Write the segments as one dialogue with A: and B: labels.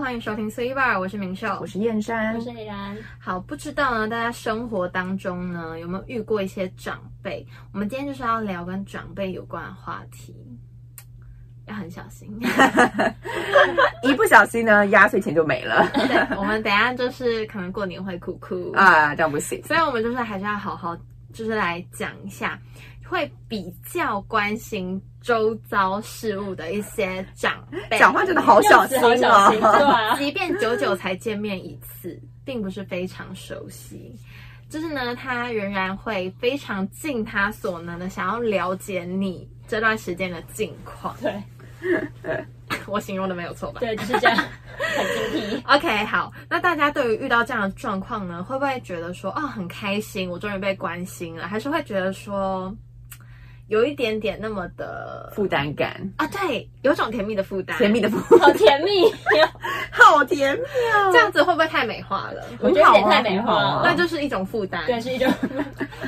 A: 欢迎收听 C Bar，我是明秀，
B: 我是燕山
C: 我。是李然，
A: 好，不知道呢，大家生活当中呢有没有遇过一些长辈？我们今天就是要聊跟长辈有关的话题，要很小 心。
B: 一不小心呢，压岁钱就没了
A: 对，我们等一下就是可能过年会哭哭，
B: 啊，这样不行。
A: 所以我们就是还是要好好就是来讲一下，会比较关心周遭事物的一些长辈。
B: 讲话真的好小心
C: 好小心，啊对
B: 哦。
C: 啊，
A: 即便久久才见面一次，并不是非常熟悉。就是呢，他仍然会非常尽他所能的想要了解你这段时间的近况。
C: 对啊
A: 我形容的没有错吧？
C: 对，就是这样，很精辟。
A: OK，好，那大家对于遇到这样的状况呢，会不会觉得说，哦，很开心，我终于被关心了，还是会觉得说，有一点点那么的
B: 负担感，
A: 啊，对，有种甜蜜的负担，
B: 甜蜜的负，
C: 好甜蜜，
B: 好甜蜜哦。
A: 这样子会不会太美化了？
C: 我觉得有点太美
B: 很
C: 化
B: 好
C: 了。
B: 啊
A: 那就是一种负担，
C: 对，是一种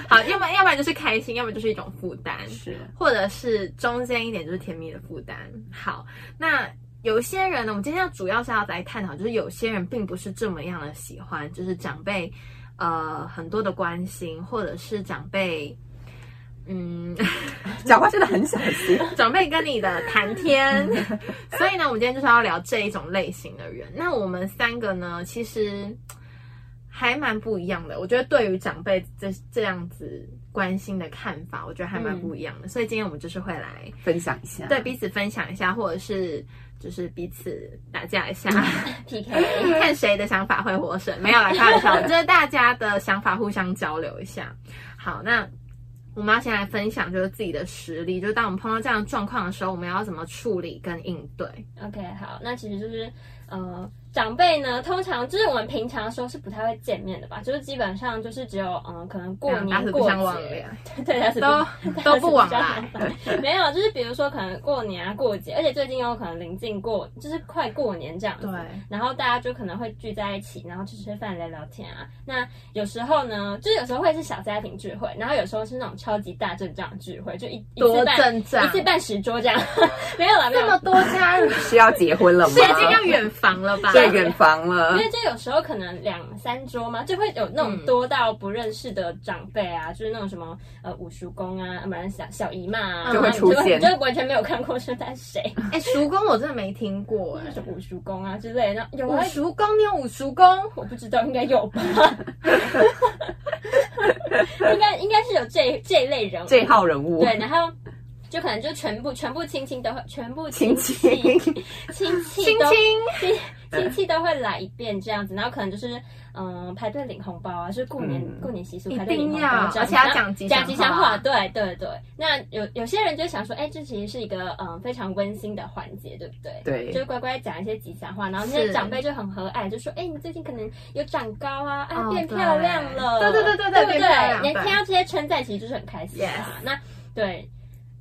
A: 好，要么要不然就是开心，要么就是一种负担，
B: 是
A: 或者是中间一点就是甜蜜的负担。好，那有些人呢，我们今天要主要是要来探讨，就是有些人并不是这么样的喜欢，就是长辈呃很多的关心，或者是长辈嗯
B: 讲话真的很小心。
A: 长辈跟你的谈天，所以呢，我们今天就是要聊这一种类型的人。那我们三个呢，其实还蛮不一样的。我觉得对于长辈这这样子关心的看法，我觉得还蛮不一样的。所以今天我们就是会来
B: 分享一下，
A: 对，彼此分享一下，或者是就是彼此打架一下，
C: PK。
A: 看谁的想法会获胜。没有啦，开玩笑，就是大家的想法互相交流一下。好，那我们要先来分享就是自己的实力，就是当我们碰到这样的状况的时候，我们要怎么处理跟应对？
C: OK，好，那其实就是呃，长辈呢，通常就是我们平常的时候是不太会见面的吧，就是基本上就是只有嗯、呃可能过
A: 打死
C: 年
A: 不
C: 过
A: 相忘
C: 节，
A: 了，
C: 对，打死不
A: 都 都不往来。
C: 没有，就是比如说可能过年啊、过节，而且最近有可能临近过，就是快过年这样子。
A: 对，
C: 然后大家就可能会聚在一起，然后吃吃饭、聊聊天啊。那有时候呢，就是有时候会是小家庭聚会，然后有时候是那种超级大阵仗聚会，就一一
A: 多
C: 次办
A: 阵仗
C: 一，次办十桌这样。没有啦，没有
A: 这么多家人，
B: 是要结婚了吗？
A: 是已经要远房了吧？
B: 对远房了
C: 因，为就有时候可能两三桌嘛，就会有那种多到不认识的长辈啊，就是那种什么呃五叔公啊，不然小小姨妈啊，
A: 嗯就会
C: 然后
B: 出
C: 你
B: 现
C: 就会你就完全没有看过是他是谁，
A: 哎，叔公我真的没听过哎
C: 那。种五叔公啊之类的，那有
A: 五
C: 啊，
A: 叔公，你有五叔公？
C: 我不知道，应该有吧，应该应该是有这这一类人物，
B: 这一号人物，
C: 对，然后。就可能就全部全部亲戚都会，全部
B: 亲
C: 戚
B: 戚，
C: 亲戚
A: 亲
C: 都
A: 亲，
C: 亲亲戚都会来一遍这样子，然后可能就是嗯、排队领红包啊，就是过年、
B: 嗯
C: 过年习俗
A: 一
C: 排队领
A: 定
C: 红
A: 要
C: 包，这样子
A: 而且要讲吉
C: 讲吉
A: 祥
C: 祥
A: 话
C: 话，对对对。那有有些人就想说，哎、这其实是一个嗯、非常温馨的环节，对不对？
B: 对
C: 就是乖乖讲一些吉祥话，然后那些
A: 是
C: 长辈就很和蔼，就说，哎、你最近可能有长高啊，哎、
A: 哦
C: 变漂亮了，
A: 对对对对对
C: 对不
A: 变漂亮
C: 你
A: 对
C: 听到这些称赞，其实就是很开心啊。那对。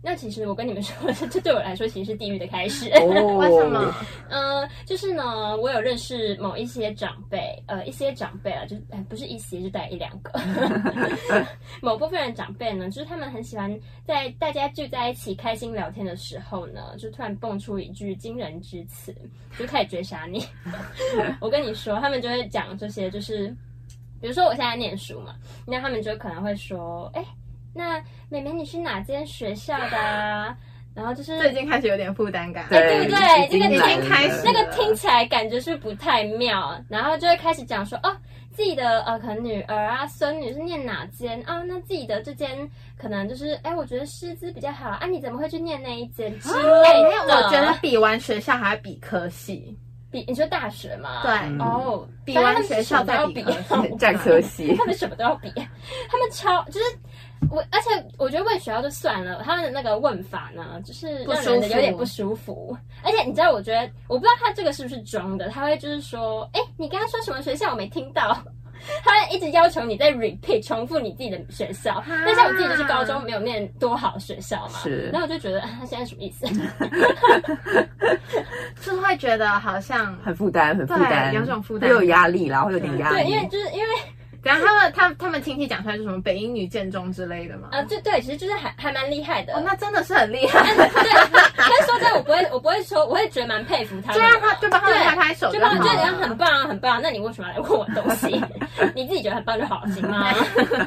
C: 那其实我跟你们说， 这对我来说其实是地狱的开始。
B: 哦
A: 为什么？
C: 嗯，就是呢，我有认识某一些长辈，呃，一些长辈啊，就是、哎不是一些，就大概一两个。某部分人长辈呢，就是他们很喜欢在大家聚在一起开心聊天的时候呢，就突然蹦出一句惊人之词，就开始追杀你。我跟你说，他们就会讲这些，就是比如说我现在念书嘛，那他们就可能会说，哎、那妹妹你是哪间学校的啊？然后就是
A: 这已经开始有点负担感。
C: 对对不对
B: 已经
C: 这个
B: 来
A: 已经开始
B: 了
C: 那个听起来感觉是不太妙，然后就会开始讲说哦，自己的呃可能女儿啊、孙女是念哪间啊、那自己的这间可能就是哎，我觉得师资比较好啊，你怎么会去念那一间之类
A: 哎，
C: 的？
A: 没有，我觉得比完学校还要比科系，
C: 比你说大学嘛，
A: 对
B: 嗯
C: 哦，
A: 比完学校再比
C: 反正他们什么都 要比
B: 占科系
C: 他，们什么都要比，他们超就是我，而且我觉得问学校就算了，他们的那个问法呢，就是让人的有点不舒服。而且你知道，我觉得我不知道他这个是不是装的，他会就是说，哎、你刚刚说什么学校我没听到。 他会一直要求你在 repeat 重复你自己的学校，但像我自己就是高中没有念多好学校嘛，
B: 是
C: 然后我就觉得啊他现在什么意思？
A: 就是会觉得好像
B: 很负担，很负担，
A: 对有种负担
B: 会有压力啦，会有点压
C: 对，
B: 力
C: 因为。就是因为
A: 然后他们他们他们亲戚讲出来是什么北英女建中之类的吗？
C: 啊，就对，其实就是还还蛮厉害的。
A: 哦， 那真的是很厉害。
C: 但是说真的，我不会，我不会说，我会觉得蛮佩服他们
A: 就
C: 的。
A: 让他对帮他们拍拍手
C: 呃就
A: 好
C: 帮我觉得
A: 了。
C: 很棒啊，很棒啊。那你为什么要来问我东 西？你自己觉得很棒就好，行吗？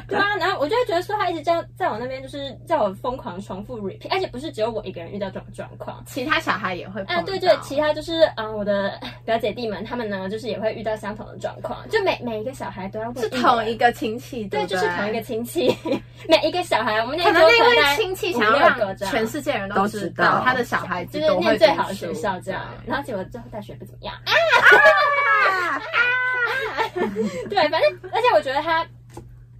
C: 对啊，然后我就会觉得说，他一直在在我那边，就是叫我疯狂重复 repeat，而且不是只有我一个人遇到这种状况。
A: 其他小孩也会碰
C: 啊，
A: 到。
C: 对对，其他就是嗯、呃我的表姐弟们，他们呢就是也会遇到相同的状况，就每每一个小孩都要问
A: 是同一
C: 个，
A: 个亲戚，
C: 对，
A: 不
C: 就是同一个。亲戚， 每一个小孩，我们那
A: 可
C: 个
A: 能
C: 时候
A: 那
C: 大
A: 位
C: 概
A: 亲戚
C: 五
A: 想要
C: 六个
A: 让
C: 这样
A: 全世界人
B: 都
A: 知
B: 知道
A: 他的小孩子
C: 就是
A: 都
C: 念
A: 会
C: 最好的
A: 读书
C: 学校这样，
A: 对啊
C: 然后结果最后在学不怎么样。啊！ 对，反正而且我觉得他，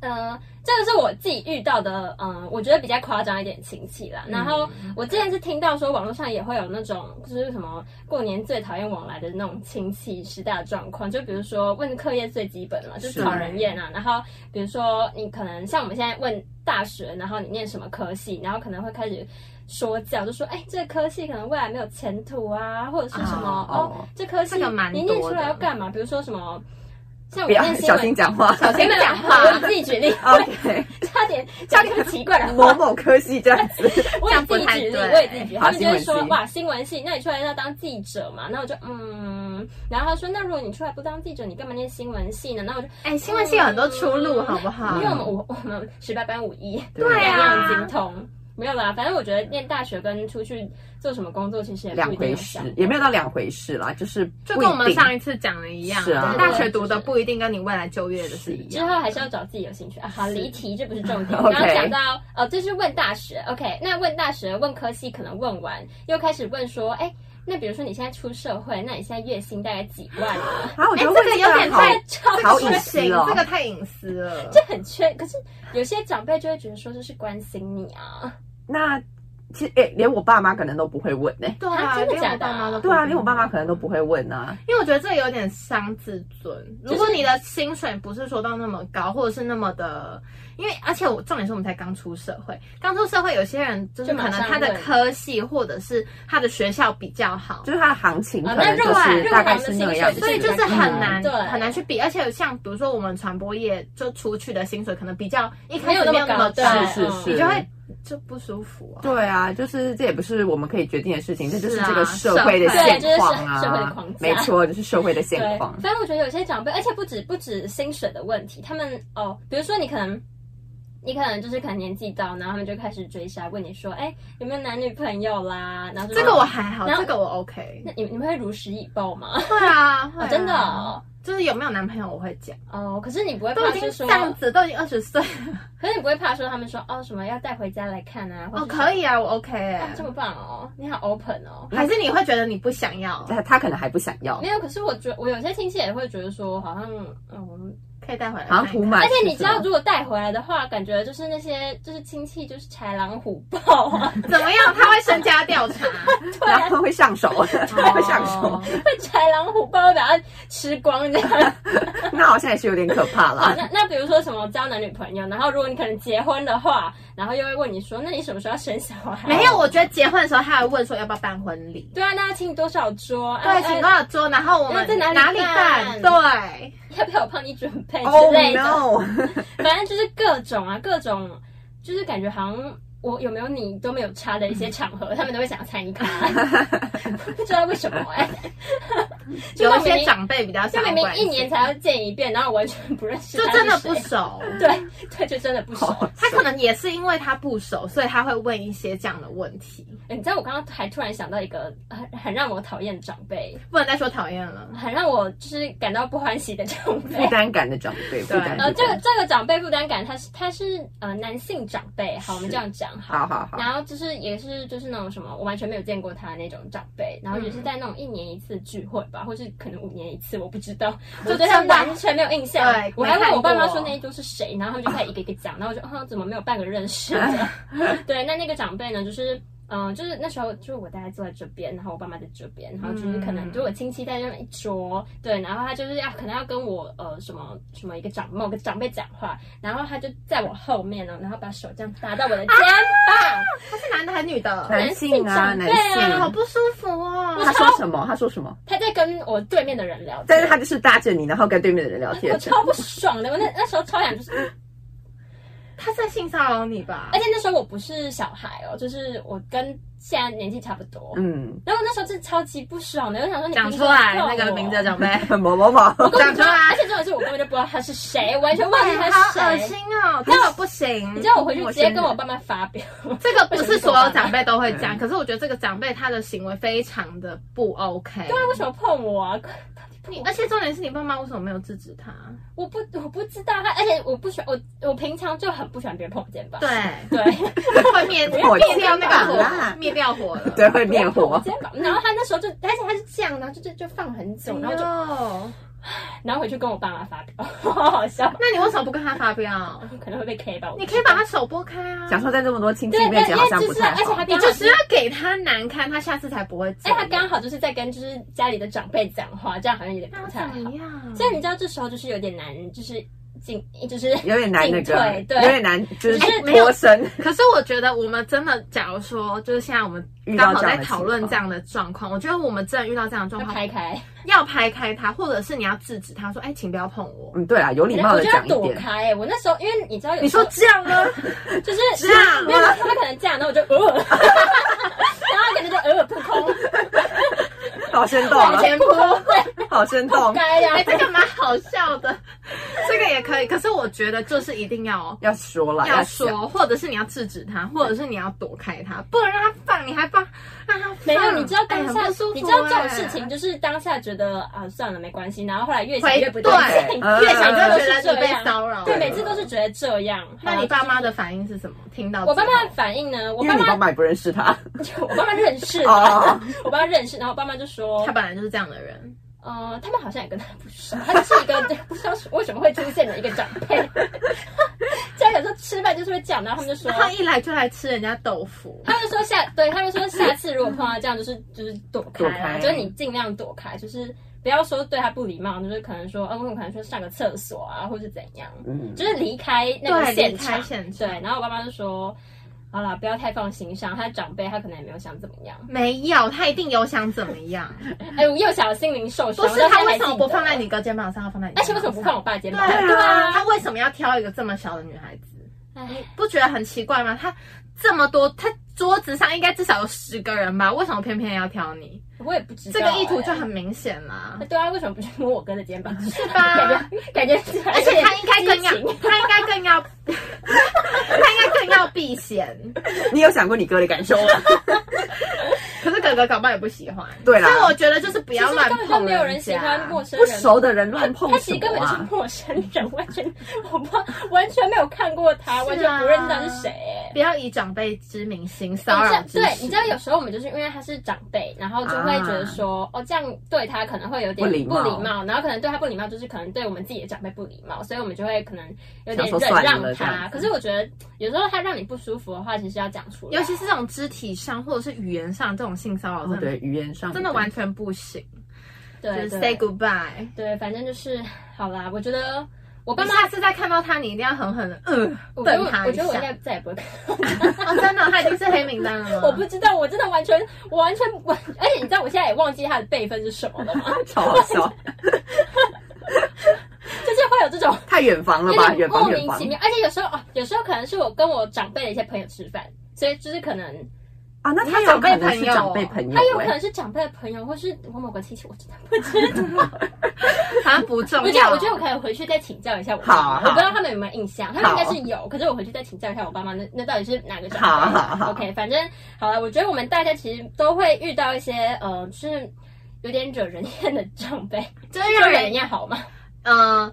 C: 呃，这个是我自己遇到的，嗯、我觉得比较夸张一点亲戚啦。然后
A: 嗯
C: 我之前是听到说网络上也会有那种就是什么过年最讨厌往来的那种亲戚十大状况，就比如说问课业最基本嘛，就是
B: 是
C: 讨人厌啊。然后比如说你可能像我们现在问大学，然后你念什么科系，然后可能会开始。说教，就说哎、这个科系可能未来没有前途啊，或者是什么
B: 哦
C: 哦这科系
A: 这个蛮
C: 你念
A: 多
C: 出来要
A: 的
C: 干嘛？比如说什么，像我
B: 不要
C: 念新
B: 小心
C: 闻，
B: 讲话。
A: 小心
C: 没有
A: 讲话哦
C: 我自己举 例，
B: OK，
C: 差点差点奇怪的
B: 某
C: 话，
B: 某科系这样子，
C: 我
A: 这
C: 也
A: 样不
C: 自己
A: 太
C: 举例，
A: 对
C: 我也自己举例。
B: 好
C: 他们就会
B: 新闻
C: 说
B: 系
C: 哇，新闻系，那你出来要当记者嘛？那我就嗯，然后他说那如果你出来不当记者，你干嘛念新闻系呢？那我就
A: 哎，新闻系有很多出路，好不好
C: 因为？我们五我们十八般武艺，
A: 对
C: 两
A: 啊
C: 样精通。没有啦，反正我觉得念大学跟出去做什么工作其实也不
B: 两
C: 一定
B: 回
C: 有
B: 事
C: 相，
B: 也没有到两回事啦，就是
A: 就
B: 不
A: 跟我
B: 一
A: 们
B: 定。
A: 上一次讲的一样，
B: 是啊
A: 大学读的不一定跟你未来就业的是一
C: 之
A: 样。
C: 后还是要找自己有兴趣啊。好，离题，这不是 重点。
B: OK
C: 然后讲到哦，这是问大学，OK，那问大学问科系可能问完，又开始问说，哎，那比如说你现在出社会，那你现在月薪大概几 万啊？
B: 啊，我觉
A: 哎
B: 得
A: 这
B: 会
A: 个有点
B: 好
A: 太
C: 超
B: 好
A: 这
B: 隐
A: 个
B: 私
A: 行
B: 哦，
A: 这个太隐私了。
C: 这很缺，可是有些长辈就会觉得说这是关心你啊，
B: 那其实诶、哎连我爸妈可能都不会问呢、
A: 对
C: 啊真的假的啊
B: 对啊，连我爸妈可能都不会问啊。
A: 因为我觉得这有点伤自尊。如果你的薪水不是说到那么高，或者是那么的，因为而且我重点是我们才刚出社会，刚出社会有些人就是
C: 就马
A: 可能
C: 上
A: 他的
C: 问
A: 科系或者是他的学校比较好，
B: 就是它的行情
C: 啊
B: 可能
C: 那
B: 就
C: 肉
A: 丸
B: 是
C: 肉
B: 大
C: 丸
B: 概
C: 的
B: 是
C: 薪
B: 那
C: 水
B: 样
C: 是
B: 子，
A: 所以就是很难、
C: 嗯对
A: 很难去比。而且有像比如说我们传播业就出去的薪水可能比较一开
C: 没有
A: 始没
C: 那
A: 有
C: 么
A: 那
C: 高，
A: 么高，
B: 是
C: 嗯
B: 是
A: 你就会就不舒服啊。
B: 对啊，就是这也不是我们可以决定的事情，这就是是
A: 啊
B: 这个社会的
A: 社
B: 现
C: 会
B: 况
C: 对就是社会的框
B: 啊
C: 架，
B: 没错，就是社会的现
C: 对，
B: 况
C: 反。正我觉得有些长辈，而且不止不止薪水的问题，他们哦，比如说你可能。你可能就是可能年纪到，然后他们就开始追杀，问你说，哎、有没有男女朋友啦？然后就
A: 这
C: 说
A: 个我还好，
C: 然后
A: 这个我 OK。
C: 那你们你们会如实以报吗？
A: 会啊，会
C: 哦
A: 啊、
C: 真的哦
A: 就是有没有男朋友我会讲，
C: 哦，可是你不会
A: 都
C: 怕
A: 已经
C: 是
A: 这
C: 说，
A: 样子，都已经二十岁了，
C: 可是你不会怕说他们说哦什么要带回家来看啊？
A: 哦，
C: 以、
A: 可以啊，我 OK 哎、
C: 啊这么棒哦，你好 open 哦。
A: 还是你会觉得你不想要，
B: 他他可能还不想要
C: 没，有，可是我觉得我有些亲戚也会觉得说，好像嗯，
A: 可以带回来
B: 好
A: 看一看。
B: 像铺满。
C: 而且你知
A: 啊
C: 道，如果带回来的话，感觉就是那些就是亲戚就是豺狼虎豹 啊，
A: 怎么样？他会身家调 查，
B: 然后会上手，哦他会上手
A: 哦，
C: 啊豺狼虎豹会把它吃光 这样。
B: 那好像也是有点可怕啦。
C: 那那比如说什么交男女朋友，然后如果你可能结婚的话，然后又会问你说，那你什么时候要生小孩？
A: 没有，我觉得结婚的时候他还问说要不要办婚礼，
C: 对啊，那要请你多少桌？呃
A: 对，请多少桌，然后我
C: 哎那
A: 们
C: 在哪里
A: 哪办？
C: 办
A: 对，
C: 要不要我帮你准备之
B: 哦
C: 类的
B: no！
C: 反正就是各种啊，各种，就是感觉好像我有没有你都没有差的一些场合，他们都会想参与他， 不知道为什么哎、就
A: 有
C: 那
A: 一
C: 种明
A: 些
C: 明
A: 长辈比较想
C: 就
A: 要
C: 明明
A: 关
C: 一
A: 心
C: 年才要见一遍，然后我完全不认识
A: 就
C: 他
A: 真的
C: 是
A: 不
C: 谁
A: 熟。
C: 对对，就真的不熟。
A: 他可能也是因为他不熟，所以他会问一些这样的问题。
C: 你知道我刚刚还突然想到一个很很让我讨厌的长辈，
A: 不能再说讨厌了，
C: 很让我就是感到不欢喜的长 辈
B: 负。担感的长辈，负担
C: 呃，
B: 负
C: 这个
B: 担。
C: 这个长辈负担感，他是他是呃男性长辈，好，我们这样讲好。
B: 好好好，
C: 然后就是也是就是那种什么，我完全没有见过他那种长辈，然后也是在那种一年一次聚会吧，或是可能五年一次，我不知 道，我对他
A: 真
C: 们
A: 的
C: 完全没有印象
A: 对。
C: 我还
A: 没
C: 问
A: 看
C: 我爸妈
A: 过
C: 说那一桌是谁， 然后他们就开始一个一个讲，然后我就啊怎么没有半个认识的？对，那那个长辈呢，就是嗯、就是那时候就是我大概坐在这边，然后我爸妈在这边，然后就是可能
A: 嗯
C: 就我亲戚在那边一桌，对，然后他就是要可能要跟我呃什么什么一个长某个长辈讲话，然后他就在我后面呢，然后把手这样搭到我的肩膀，
A: 他是男的还是女的？
B: 男性啊，
C: 男
B: 男
C: 性长辈啊
A: 好
B: 性。
A: 不舒服哦。
B: 他说什么？他说什么？
C: 他在跟我对面的人聊天，
B: 但是他就是搭着你，然后跟对面的人聊天
C: 我。超不爽的，我那那时候超想就是，
A: 他在性骚扰你吧
C: 而？且那时候我不是小孩哦，就是我跟现在年纪差不多，
B: 嗯，
C: 然后那时候真的超级不爽的，我想说你
A: 讲
C: 凭
A: 出
C: 什么
A: 来
C: 碰
A: 那个
C: 我
A: 名字的长辈，
B: 某某某，
C: 我根
A: 讲出
C: 本不知道
A: 来
C: 而且这种事我根本就不知道他是谁，完全忘记
A: 哎
C: 他
A: 好恶
C: 是
A: 心
C: 谁。
A: 哦。这个不行，
C: 你知道我回去直接跟我
A: 陌生人。
C: 爸妈发表，
A: 这个不是所有长辈都会讲，可是我觉得这个长辈他的行为非常的不 OK。
C: 对啊，为什么碰我啊？
A: 你而且重点是你爸妈为什么没有制止他？
C: 我不我不知道他，而且我不喜欢我我平常就很不喜欢别人碰我肩膀，
A: 对，
C: 对，
A: 会灭
B: 我
A: 灭掉那
B: 肩膀
A: 个火
B: 啦，
A: 灭掉火了。
B: 对，会
C: 别
B: 灭
C: 人碰我
B: 火。
C: 肩膀。然后他那时候就，而且他是这样，然后就就就放很久，然后就
A: 就
C: 然后回去跟我爸妈发表， 好好笑，
A: 那你为什么不跟他发飙？
C: 可能会被 K 吧。我
A: 你可以把他手拨开啊。
B: 想说在这么多亲戚
C: 对，
B: 面
C: 但因
B: 前好像
C: 为
B: 不
C: 就是，
B: 太
C: 而且
B: 好
C: 他。
A: 你
C: 刚好
B: 啊
A: 就是要给他难堪，他下次才不会这
C: 哎，
A: 样。
C: 他刚好就是在跟就是家里的长辈讲话，这样好像有点
A: 那
C: 不
A: 要
C: 太
A: 怎
C: 好
B: 嗯
A: 么。样？
C: 所以你知道这时候就是有点难，就是进，就是
B: 有点难那
C: 进
B: 个
C: 退，
B: 有
C: 对
B: 点难，就是
A: 哎没有
B: 脱身。
A: 可是我觉得我们真的，假如说就是现在我们
B: 遇到
A: 刚好在
B: 这样的
A: 讨
B: 情
A: 论
B: 况
A: 这样的状况，我觉得我们真的遇到这样的状
C: 要
A: 况，
C: 开开，
A: 要拍开他，或者是你要制止他说：“哎，请不要碰我。
B: 嗯，对啦，有礼貌
C: 我
B: 的
C: 就要
B: 讲一
C: 躲
B: 点。
C: 开、我那时候因为你知道”有
A: 你
C: 时
A: 说
C: 候
A: 这样呢？
C: 就是
A: 这
B: 啊
A: 样
C: 没有他可能这样，然后我就呃， 然后可能就呃扑空，
B: 好生动
A: 往
B: 啊，
A: 前扑，
B: 好生动，
C: 该啊呀、
A: 哎，这个蛮好笑的， 这个也可以。可是我觉得就是一定要
B: 要说了，
A: 要
B: 想
A: 说，或者是你要制止他，或者是你要躲开他，不能让他放，你还放让他放
C: 没有，你知道当
A: 哎
C: 下，
A: 很不舒服
C: 你知道这种
A: 哎
C: 事情就是当下觉得啊算了没关系，然后后来越想
A: 回
C: 越不
A: 对
C: 劲，
B: 嗯
C: 越
A: 越想
C: 想
A: 就
C: 越都
A: 哎觉
C: 是
A: 得
C: 这
A: 你被
C: 样，
A: 骚扰。
C: 对，每次都是觉得这样。
A: 那
C: 好
A: 你爸妈的反应是什么？听到
C: 我爸
A: 之后
C: 妈的反应呢？我
B: 因
C: 爸
B: 为你
C: 妈
B: 爸妈也不认识他，
C: 我爸妈认识的，
B: 哦
C: 我爸妈认识，然后我爸妈就说
A: 他，本来就是这样的人，
C: 呃，他们好像也跟他不熟，他就是一个不知道为什么会出现的一个长辈。 这样有时候吃饭就是会这样，然后他们就说，
A: 他一来就来吃人家豆腐。
C: 他们说下，对他们说下次如果碰到这样，就是就是躲开
B: 躲
C: 啦，
B: 开
C: 就是你尽量躲开，就是不要说对他不礼貌，就是可能说，嗯，我可能说上个厕所啊，或是怎样，
B: 嗯，
C: 就是离开那个
A: 对
C: 现
A: 离
C: 场。
A: 开现场
C: 对，然后我爸妈就说。好啦，不要太放心上，他长辈他可能也没有想怎么样。
A: 没有，他一定有想怎么 样？
C: 哎、我幼小心灵受伤。
A: 不是
C: 我到
A: 他
C: 现在
A: 为
C: 还
A: 什么
C: 记
A: 不
C: 得
A: 放在你哥肩膀上，要放在你？
C: 而哦且为什么不放？我爸肩
A: 对
C: 膀？
A: 啊，
C: 啊，
A: 他为什么要挑一个这么小的女孩子？
C: 哎，
A: 不觉得很奇怪吗？他这么多，他桌子上应该至少有十个人吧？为什么偏偏要挑你？
C: 我也不知道
A: 这
C: 哎、
A: 个意图就很明显啦
C: 哎。对啊，为什么不去摸我哥的 肩膀？ 是
A: 吧
C: 感觉感觉，
A: 而
C: 而
A: 且他应该更要，他应该更要， 他应该更要避嫌。
B: 你有想过你哥的感受吗？
A: 可是哥哥搞不好也不喜欢。
B: 对啦
A: 所以我觉得就是不要乱
C: 根本就
A: 碰
C: 没有
A: 人
C: 人喜
A: 家
C: 欢陌生
B: 不
C: 人。
B: 熟啊的人乱碰
C: 他
B: 什
C: 其实根
B: 么
C: 本就是
B: 啊？
C: 陌生人，完全我不完全没有看过
B: 啊
C: 他，完全不认识他是谁、哎
A: 不要以长辈之名行
C: 你
A: 骚
C: 知
B: 啊
A: 扰
C: 道
A: 之
C: 对，
A: 实
C: 你知道有时候我们就是因为他是长辈，然后就会觉得说，哦，这样对他可能会有点
B: 不礼貌
C: 貌，然后可能对他不礼貌，就是可能对我们自己的长辈不礼貌，所以我们就会可能有
B: 想
C: 点
B: 说
C: 忍
B: 算了
C: 让
B: 这
C: 他。
B: 样子
C: 可是我觉得有时候他让你不舒服的话，其实要讲出来，
A: 尤其是这种肢体上或者是语言上这种性骚扰，
B: 哦
A: 真的、
C: 嗯
B: 对，语言上
A: 真的完全不行。
C: 对
A: 就是
C: 对
A: say goodbye。
C: 对，反正就是好啦。我觉得我
A: 爸
C: 爸
A: 妈
C: 妈，
A: 下次再看到他，你一定要狠狠的， 嗯，
C: 我觉得
A: 瞪
C: 我
A: 他
C: 我
A: 一
C: 觉
A: 下
C: 得我应。该再也不会看。
A: 哦，真的，他已经是黑名单了吗。
C: 我不知道，我真的完全，我完全完，而且你知道我现在也忘记他的辈分是什 么了吗？
B: 超好 笑，
C: 就是会有这种
B: 太远房了吧？
C: 有点
B: 远
C: 莫
B: 房远
C: 名
B: 房
C: 其妙，而且有时候哦，有时候可能是我跟我长辈的一些朋友吃饭，所以就是可能
B: 啊，那他
A: 他
B: 有
A: 长辈
B: 可能是
A: 朋友
B: 长辈朋友
C: 他有可
B: 哎，
C: 能是长辈的朋友，或是我某个亲戚，我真的不知道。
A: 好像不重
C: 我觉得
A: 要。
C: 我觉得我可以回去再请教一下我
B: 好
C: 爸妈，
B: 好
C: 我不知道他们有没有印象，他们应该
B: 好
C: 是有，可是我回去再请教一下我爸妈，那那到底是哪个长辈？
B: 好好好
C: OK，反正好了，我觉得我们大家其实都会遇到一些呃，就是有点惹人厌的长辈，
A: 就是
C: 惹
A: 让
C: 人
A: 人，
C: 厌好吗？
A: 嗯，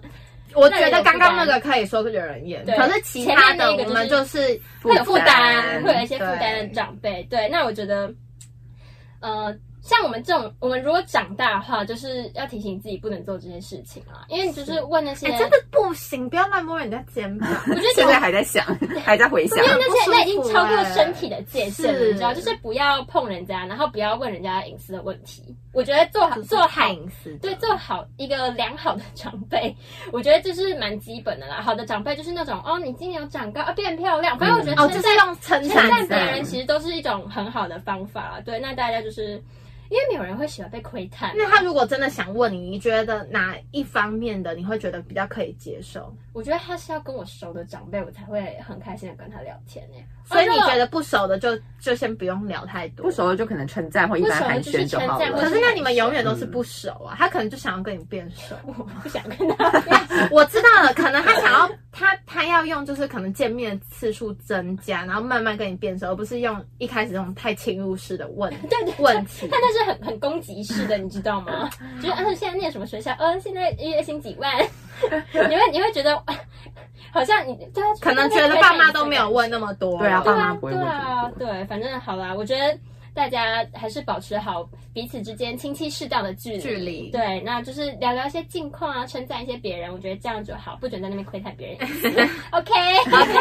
A: 我觉得刚刚那个可以说是惹人厌，
C: 对
A: 可是其他的
C: 前面那个就是
A: 我们就是
C: 会有负
B: 负
C: 担，
B: 担
C: 会有一些负担的
A: 对
C: 长辈。对，那我觉得，呃，像我们这种，我们如果长大的话，就是要提醒自己不能做这些事情啊，因为就是问那些，
A: 哎、真的不行，不要乱摸人家肩膀。
C: 我觉得
B: 现在还在想，还在回想
C: 因为 那
A: 很不舒服
C: 些
A: 哎
C: 那已经超过身体的界限了，
A: 欸
C: 你知道，就是不要碰人家，然后不要问人家隐私的问题。我觉得做好做好
A: 太隐私的，
C: 对，做好一个良好的长辈，我觉得这是蛮基本的啦。好的长辈就是那种哦，你今年有长高啊，变漂亮。反正我觉得
A: 哦，
C: 称
A: 就是
C: 赞、
A: 用称
C: 称
A: 赞
C: 赞
A: 的
C: 别人，其实都是一种很好的方法啦。对，那大家就是因为没有人会喜欢被窥探，
A: 那他如果真的想问你，你觉得哪一方面的你会觉得比较可以接受？
C: 我觉得他是要跟我熟的长辈，我才会很开心的跟他聊天呢、
A: 所以你
C: 哦如果
A: 觉得不熟的就就先不用聊太多。
B: 不。熟的就可能称赞或一般寒暄就好
C: 不熟的就是称赞或
A: 可
B: 了。
A: 是那你们永远都是不熟啊，他可能就想要跟你变熟。
C: 我不想跟他聊天
A: 我知道了，可能他想要他他要用就是可能见面次数增加，然后慢慢跟你变熟，而不是用一开始那种太侵入式的问
C: 对对
A: 问题。
C: 但那是很很攻击式的，你知道吗？ 就是嗯，现在念什么学校？嗯，现在月薪几万？ 你会你会觉得好像你对啊，
A: 可能觉得爸妈都没有问那么多。
B: 对啊
C: 对
B: 爸妈
C: 啊，
B: 不会
C: 对
B: 问
C: 啊
B: 这么，
C: 对，反正好啦，我觉得。大家还是保持好彼此之间亲戚适当的距离，
A: 距离
C: 对，那就是聊聊一些近况啊，称赞一些别人，我觉得这样就好，不准在那边窥探 别人。OK，
A: OK，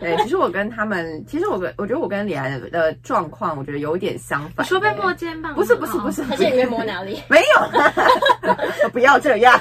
B: 对，其实我跟他们，其实我跟我觉得我跟李安的状况，我觉得有点相反。
A: 你说被摸肩膀吗？
B: 不是不是不是，
C: 可哦是你会摸哪里？
B: 没有，不要这 样，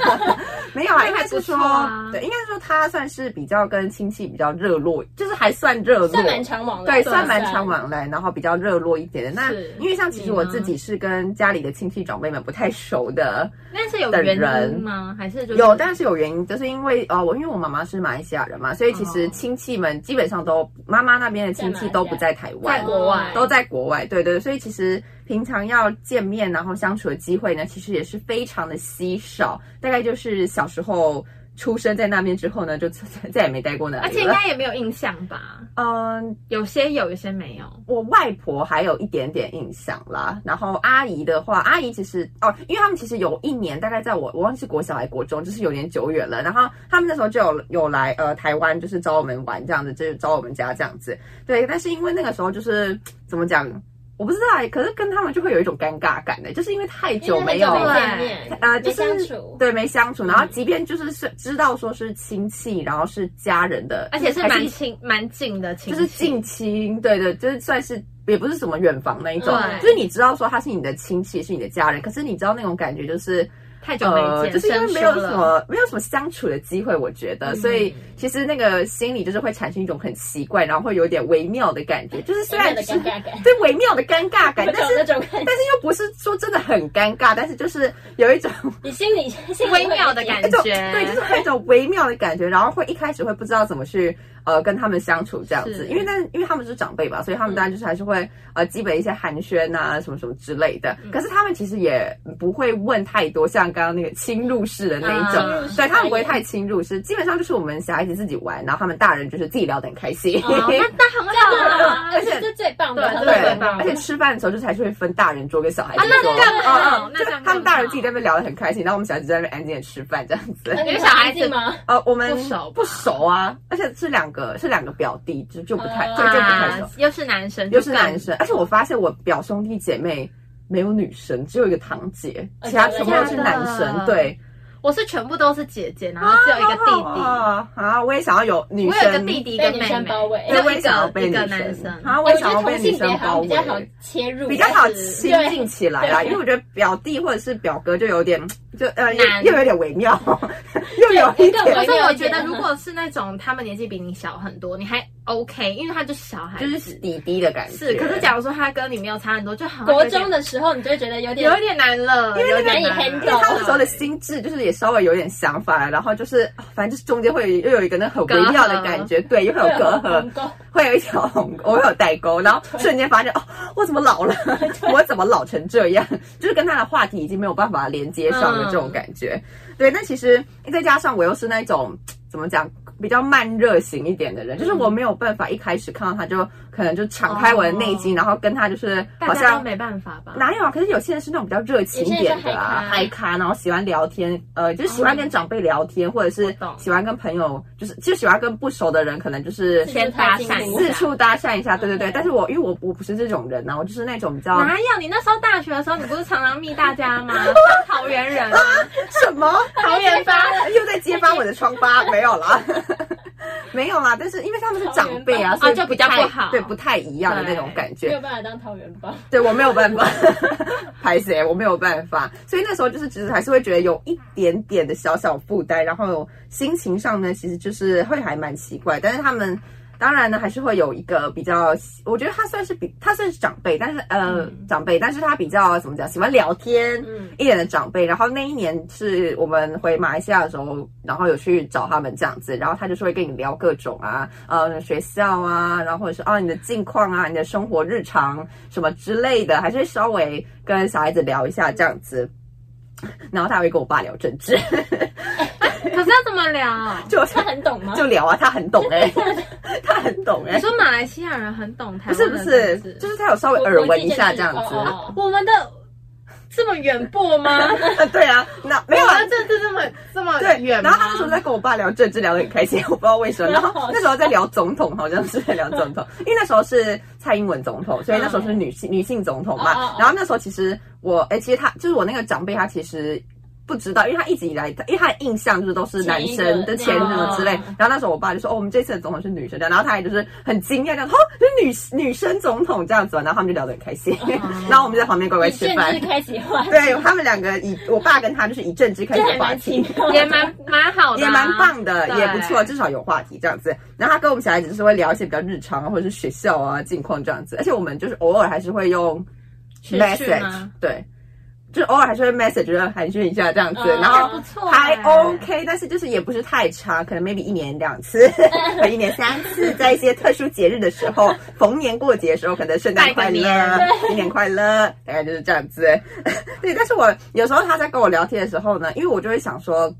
B: 没有啊，
A: 那
B: 应该
A: 还不
B: 是说
A: 错啊，
B: 对，应该是说他算是比较跟亲戚比较热络，就是还算热络
C: 算，蛮长往来
B: 对，
C: 的，
B: 算蛮常往来，然后比较热络一点的。那
A: 是嗯
B: 因为像其实我自己是跟家里的亲戚长辈们不太熟的，
A: 哦那是有
B: 等
A: 原因
B: 人
A: 吗？还是就是
B: 有，但是有原因，就是因为呃，我因为我妈妈是马来西亚人嘛，所以其实
A: 哦
B: 亲戚们基本上都妈妈那边的亲戚都不在台
A: 在
B: 湾，
A: 国外
B: 都在国外，对对，对所以其实平常要见面然后相处的机会呢，其实也是非常的稀少，大概就是小时候出生在那边之后呢，就 再再也没待过那
A: 而且
B: 里
A: 应
B: 了。
A: 该也没有印象吧？
B: 嗯，
A: 有些有，有些没有。
B: 我外婆还有一点点印象啦，然后阿姨的话，阿姨其实哦，因为他们其实有一年大概在我我忘记是国小还是国中，就是有点久远了。然后他们那时候就有有来呃台湾，就是找我们玩这样子，就是找我们家这样子。对，但是因为那个时候就是怎么讲，我不知道欸，可是跟他们就会有一种尴尬感的、就是因为太久没有
C: 因为很久
A: 了
C: 没见面，
B: 呃，就
C: 没相
B: 是
C: 处，嗯
B: 对没相处，然后即便就是是知道说是亲戚，然后是家人的，
A: 而且是
B: 还
A: 蛮近蛮近的亲戚，
B: 就是近亲，对对，就是算是也不是什么远房那一种，
A: 对
B: 就是你知道说他是你的亲戚，是你的家人，可是你知道那种感觉就是
A: 太久没
B: 呃，
A: 见，
B: 就是因
A: 生
B: 为没有
A: 疏了哦
B: 什么没有什么相处的机会，我觉得，
A: 嗯
B: 所以其实那个心里就是会产生一种很奇怪，然后会有点微妙的感觉，就是虽
C: 有没
B: 然
C: 有的
B: 是
C: 尴 尬感，
B: 对微妙的尴尬 感
C: 有，
B: 但
C: 种
B: 是
C: 那种感觉
B: 但，是又不是说真的很尴尬，但是就是有一种
C: 你心里心里
A: 微妙的感
C: 觉。
A: 觉
B: 一，种对，就是会有一种微妙的感觉，然后会一开始会不知道怎么去呃跟他们相处这样
A: 是
B: 子，因为但因为他们是长辈吧，所以他们
C: 嗯
B: 当然就是还是会呃基本一些寒暄啊什么什么之类的，
A: 嗯
B: 可是他们其实也不会问太多，像刚刚那个侵入式的那一种，
A: 嗯
B: 对他们不会太侵入式，基本上就是我们小孩子自己玩，然后他们大人就是自己聊得很开心。
A: 哦那那很好啊。
C: 而且这最棒的，
A: 对
B: 对
A: 很棒，
B: 而且吃饭的时候就是还是会分大人桌跟小孩子
A: 啊
B: 桌，
A: 那更好
B: 嗯嗯
A: 那
B: 就
A: 这样
B: 他
A: 更
B: 们大人
A: 好
B: 自己在那边聊得很开心，然后我们小孩子在那边安静的吃饭这样子。
C: 那你
A: 因为
C: 们
A: 小孩子
C: 安静吗？
B: 呃，我们
A: 不熟吧
B: 不熟啊，而且是两个是两个表弟，就就不太、
C: 啊
B: 就就不太熟
A: 啊，，又是男生，
B: 又
A: 就是更
B: 男，生，而且我发现我表兄弟姐妹没有女生，只有一个堂姐，
C: 呃
B: 其他全部都是
A: 真的
B: 男生，对，
A: 我是全部都是姐姐，然后只有一个弟
B: 好
A: 弟，
B: 好啊啊，我也想要有女
A: 我有一个
B: 生，
A: 弟弟
C: 被
A: 跟
C: 女
A: 妹
C: 生
A: 妹，
C: 包围
A: 只
B: 对，我
A: 有
B: 也
A: 一
B: 想要
A: 个
B: 被
A: 一
B: 女
A: 个
B: 生，
A: 男生。哎
B: 啊，我
C: 我
B: 也
C: 觉
B: 想
C: 得
B: 要
C: 同
B: 被女
C: 性别
B: 生
C: 好
B: 包围
C: 像比，较好切入，
B: 比较好亲
C: 对
B: 近起来啦，
C: 对
B: 因为我觉得表弟或者是表哥就有点，就呃又
A: 难
B: 又有点微妙， 又有一
C: 更微
A: 可
B: 点
C: 妙
A: 是我觉得，如果是那种他们年纪比你小很多，你还 OK，因为他就是小孩
B: 就
A: 子，
B: 是弟弟的感觉。
A: 是。可是假如说他跟你没有差很多，就好像
C: 国
A: 有点
C: 中的时候，你就会觉得有点
A: 有一点难了，
B: 因为
A: 有
B: 那
A: 点
B: 个
A: 难
C: 难以
B: 因为
C: handle
A: 了
B: 他那时候的心智就是也稍微有点想法，然后就是啊反正就是中间会有又有一个那很微妙的感觉，对，又会有
C: 会
B: 隔
C: 有
B: 阂，
C: 鸿沟。
B: 会有一条鸿沟，会有代沟，然后瞬间发现哦，我怎么老了？我怎么老成这样？就是跟他的话题已经没有办
A: 嗯
B: 法连接上的这种感觉。对，那其实再加上我又是那种怎么讲？比较慢热型一点的人，就是我
A: 嗯
B: 没有办法一开始看到他就可能就敞开我的内心，
A: 哦
B: 然后跟他就是好
A: 大家
B: 像
A: 都没办法吧？
B: 哪有啊？可是有些人是那种比较热情一点的啊，
C: 有些人是
B: 嗨
C: 嗨
B: 咖，然后喜欢聊天，呃，就是喜欢跟长辈聊天，或者
A: 我
B: 是
A: 懂
B: 喜欢跟朋友，就是就喜欢跟不熟的人，可能就是
A: 先搭讪一
B: 四
A: 下。
B: 处搭讪一下。对对对，
C: 嗯
B: 但是我因为我我不是这种人啊，我就是那种比较
A: 哪有？你那时候大学的时候，你不是常常密大家 吗？当桃园人啊，
B: 什么
A: 桃园发
B: 又在揭发我的疮疤，没有啦。 没有啦，但是因为他们是长辈啊，
A: 桃园帮
B: 所以
A: 哦就比较
B: 不太
A: 不好
B: 对，不太一样的那种
A: 对
B: 感觉
C: 没。有办法当桃园帮。
B: 对我没有办法， 拍谁我没有办法，所以那时候就是其实还是会觉得有一点点的小小负担，然后心情上呢，其实就是会还蛮奇怪，但是他们。当然呢，还是会有一个比较，我觉得他算是比他算是长辈，但是呃、长辈，但是他比较怎么讲，喜欢聊天，
C: 嗯
B: 一点的长辈。然后那一年是我们回马来西亚的时候，然后有去找他们这样子，然后他就是会跟你聊各种啊，呃，学校啊，然后或者是啊你的近况啊，你的生活日常什么之类的，还是稍微跟小孩子聊一下这样子。然后他还会跟我爸聊政治，
A: 可是要怎么聊？
B: 就
C: 他很懂吗？
B: 就聊啊，他很懂 哎、他很懂哎、
A: 你说马来西亚人很懂台
B: 不是
A: 湾
B: 不
A: 的
B: 是
A: 政治，
B: 就是他有稍微耳闻一下这样子，
C: 哦
A: 我们的这么远播吗？
B: 对啊，那 没有啊
A: 我，们政治这么这么
B: 对，
A: 远吗
B: 然后他那时候在跟我爸聊政治，聊得很开心， 我不知道为什么。然后那时候在聊总统，好像是在聊总统，因为那时候是蔡英文总统，所以那时候是女性女性总统
C: 嗯哦哦
B: 嘛
C: 哦。
B: 然后那时候其实我，哎，其实他就是我那个长辈，他其实。不知道，因为他一直以来，因为他的印象就是都是男
C: 前一
B: 生
C: 个
B: 的前什么之类
C: 哦。
B: 然后那时候我爸就说：“哦，我们这次的总统是女生这样。”然后他也就是很惊讶，这样哦，是女女生总统这样子嘛。然后他们就聊得很开
C: 哦
B: 心， 然后我们在旁边乖乖
C: 以
B: 吃
C: 政
B: 饭
C: 治。开启 话题，
B: 对他们两个以我爸跟他就是以政治开
C: 这
B: 始
C: 还
B: 话
C: 蛮
B: 题
C: 奇，妙的，
A: 也蛮蛮好的、啊
B: 也蛮。棒的，
A: 对
B: 也不错，至少有话题这样子。然后他跟我们小孩子就是会聊一些比较日常啊，或者是学校啊近况这样子，而且我们就是偶尔还是会用
A: 去去
B: message，
A: 吗？
B: 对，就是偶尔还是会 message 就是寒暄一下这样子，
C: 嗯
B: 然
A: 哦还
B: 后
A: 不错、哎
B: 还 OK，但是就是也不是太长，可能 maybe 一年两次，和一年三次，在一些特殊节日的时候，逢年过节的时候，可能圣诞快乐
A: 拜个、
B: 新年快乐，大概就是这样子。 对，但是我有时候他在跟我聊天的时候呢，因为我就会想说，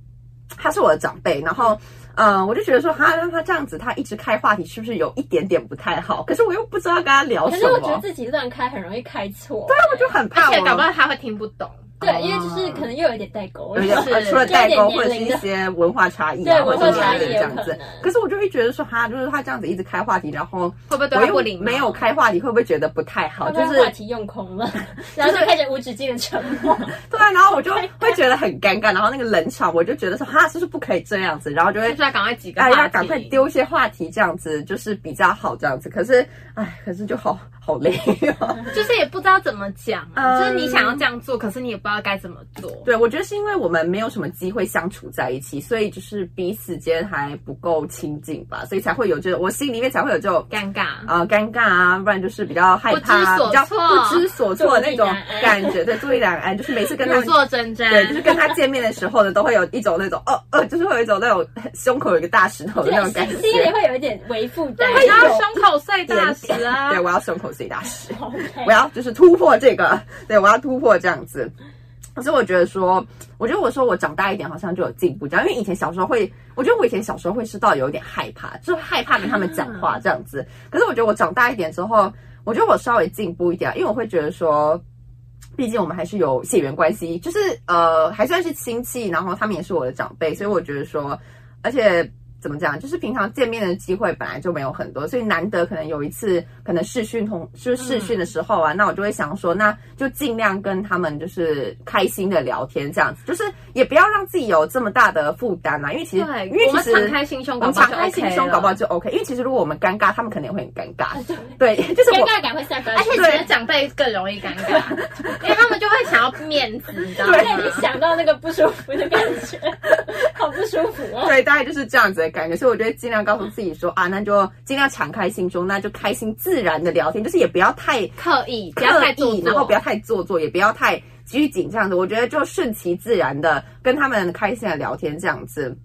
B: 他是我的长辈，然后。嗯，我就觉得说，他让他这样子，他一直开话题，是不是有一点点不太好？可是我又不知道跟他聊
C: 可
B: 什
C: 是
B: 么，
C: 我觉得自己乱开很容易开错，
B: 我就很怕
A: 而
B: 啊我
A: 且搞不好他会听不懂。
C: 对，因为就是可能又有点代沟，
B: 哦有一点
A: 是
B: 呃除了
C: 就有
B: 代
C: 点
B: 沟
C: 年
B: 或者是
C: 龄
B: 一
C: 的
B: 些文化差异
C: 对
B: 啊，或
C: 文
A: 化
B: 者是
A: 差
B: 年
A: 异
B: 龄这
A: 也有
B: 样
C: 可
B: 子
C: 能。
B: 可是我就会觉得说，哈，就是他这样子一直开话题，然后
A: 会不会对
B: 我
A: 他不
B: 又
A: 礼貌？
B: 没有开话题，会不会觉得不太好？就
C: 他
B: 是
C: 把话题用空 了，然后就开始无止境的沉默。
B: 对啊，然后我就会觉得很尴尬，然后那个冷场，我就觉得说，哈，是不是不可以这样子？然后就
A: 就
B: 会
A: 是要赶快几个话
B: 哎
A: 题，
B: 呀，赶快丢一些话题，这样子就是比较好，这样子。可是，哎，可是就好好累 哦。
A: 就是也不知道怎么讲、啊
B: 嗯
A: 就是你想要这样做，可是你也不知道该怎么做。
B: 对，我觉得是因为我们没有什么机会相处在一起，所以就是彼此间还不够亲近吧，所以才会有这种，我心里面才会有这种
A: 尴尬，
B: 啊、尴尬啊，不然就是比较害怕、啊，
A: 不
B: 比
A: 知
B: 较
A: 所措
B: 不知所措的那种
C: 坐立难安
B: 感觉，对，坐立难安，就是每次跟他
A: 如。坐针毡。
B: 对，就是跟他见面的时候呢，都会有一种那种哦哦，就是会有一种那种胸口有一个大石头的那种感
C: 对，
B: 觉。
C: 心里会有一点微负担。
A: 你要胸口碎大石啊！
B: 对，我要胸口碎大石。
C: OK
B: 我要就是突破这个，对我要突破这样子。可是我觉得说，我觉得我说我长大一点好像就有进步，这样，因为以前小时候会，我觉得我以前小时候会是到有点害怕，就是害怕跟他们讲
A: 啊
B: 话这样子。可是我觉得我长大一点之后，我觉得我稍微进步一点，因为我会觉得说，毕竟我们还是有血缘关系，就是呃还算是亲戚，然后他们也是我的长辈，所以我觉得说，呃而且怎么讲，就是平常见面的机会本来就没有很多，所以难得可能有一次可能视讯同就是视讯的时候啊，那我就会想说，那就尽量跟他们就是开心的聊天这样子，就是也不要让自己有这么大的负担啊啦，因为其实因为
A: 我
B: 其
A: 们
B: 实
A: 敞开心胸，
B: 我
A: 搞
B: 们
A: 不好
B: 敞
A: 就
B: 开
A: OK
B: 心胸，搞不好
A: 了嗯
B: 就 OK。因为其实如果我们尴尬，他们肯定会很尴尬。对，就是
C: 尴
B: 我
C: 尬感会散发
A: 而
B: 哎
C: 出
A: 且
C: 来。
A: 你的长辈更容易尴 尬，因为他们就会想要面子，你知道吗？
C: 而且你想到那个不舒服的感 觉，好不舒服哦。
B: 对，大概就是这样子的感觉。所以我觉得尽量告诉自己说啊，那就尽量敞开心胸，那就开心自然的聊天，就是也不要太
A: 刻意，不
B: 刻
A: 要太做
B: 意，
A: 作，
B: 然后不要太做作，也不要太拘谨这样子。我觉得就顺其自然的跟他们开心的聊天这样子。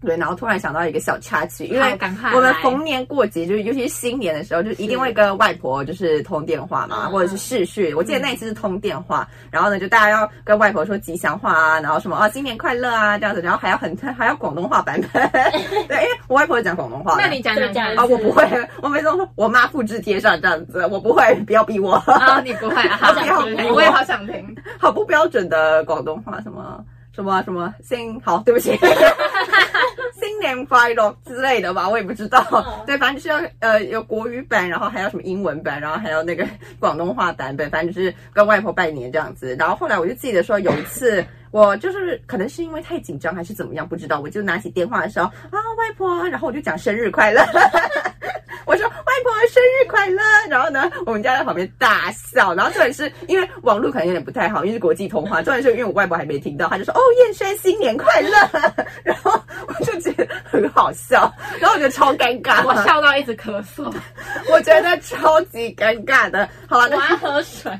B: 对，然后突然想到一个小插曲，因
A: 好
B: 为
A: 赶快
B: 我们
A: 来
B: 逢年过节，就是尤其是新年的时候，就一定会跟外婆就是通电话嘛，
C: 嗯
B: 或者是视讯。我记得那一次是通电话，
A: 嗯
B: 然后呢，就大家要跟外婆说吉祥话啊，然后什么啊新年快乐啊这样子，然后还要很还要广东话版 本，对，因为我外婆也讲广东话的。
A: 那你讲
C: 对
A: 讲
C: 讲
A: 看
B: 啊，我不会，我每次都说我妈复制贴上这样子，我不会，不要逼我。
A: 啊，你不会啊？ 好
B: 我想听
A: 我也好想听。
B: 好不标准的广东话，什么什么啊什么新好，对不起，新年快乐之类的吧，我也不知道。
C: 嗯
B: 对，反正就是要呃有国语版，然后还有什么英文版，然后还有那个广东话版本，反正就是跟外婆拜年这样子。然后后来我就记得说有一次。我就是可能是因为太紧张还是怎么样，不知道。我就拿起电话的时候啊，外婆，然后我就讲生日快乐，我说外婆生日快乐，然后呢，我们家在旁边大笑，然后重点是因为网络可能有点不太好，因为是国际通话，重点是因为我外婆还没听到，她就说哦燕山新年快乐， 然后我就觉得很好笑，然后我觉得超尴尬，
A: 我笑到一直咳嗽，
B: 我觉得超级尴尬的。好了，
C: 我
B: 那
C: 要喝水。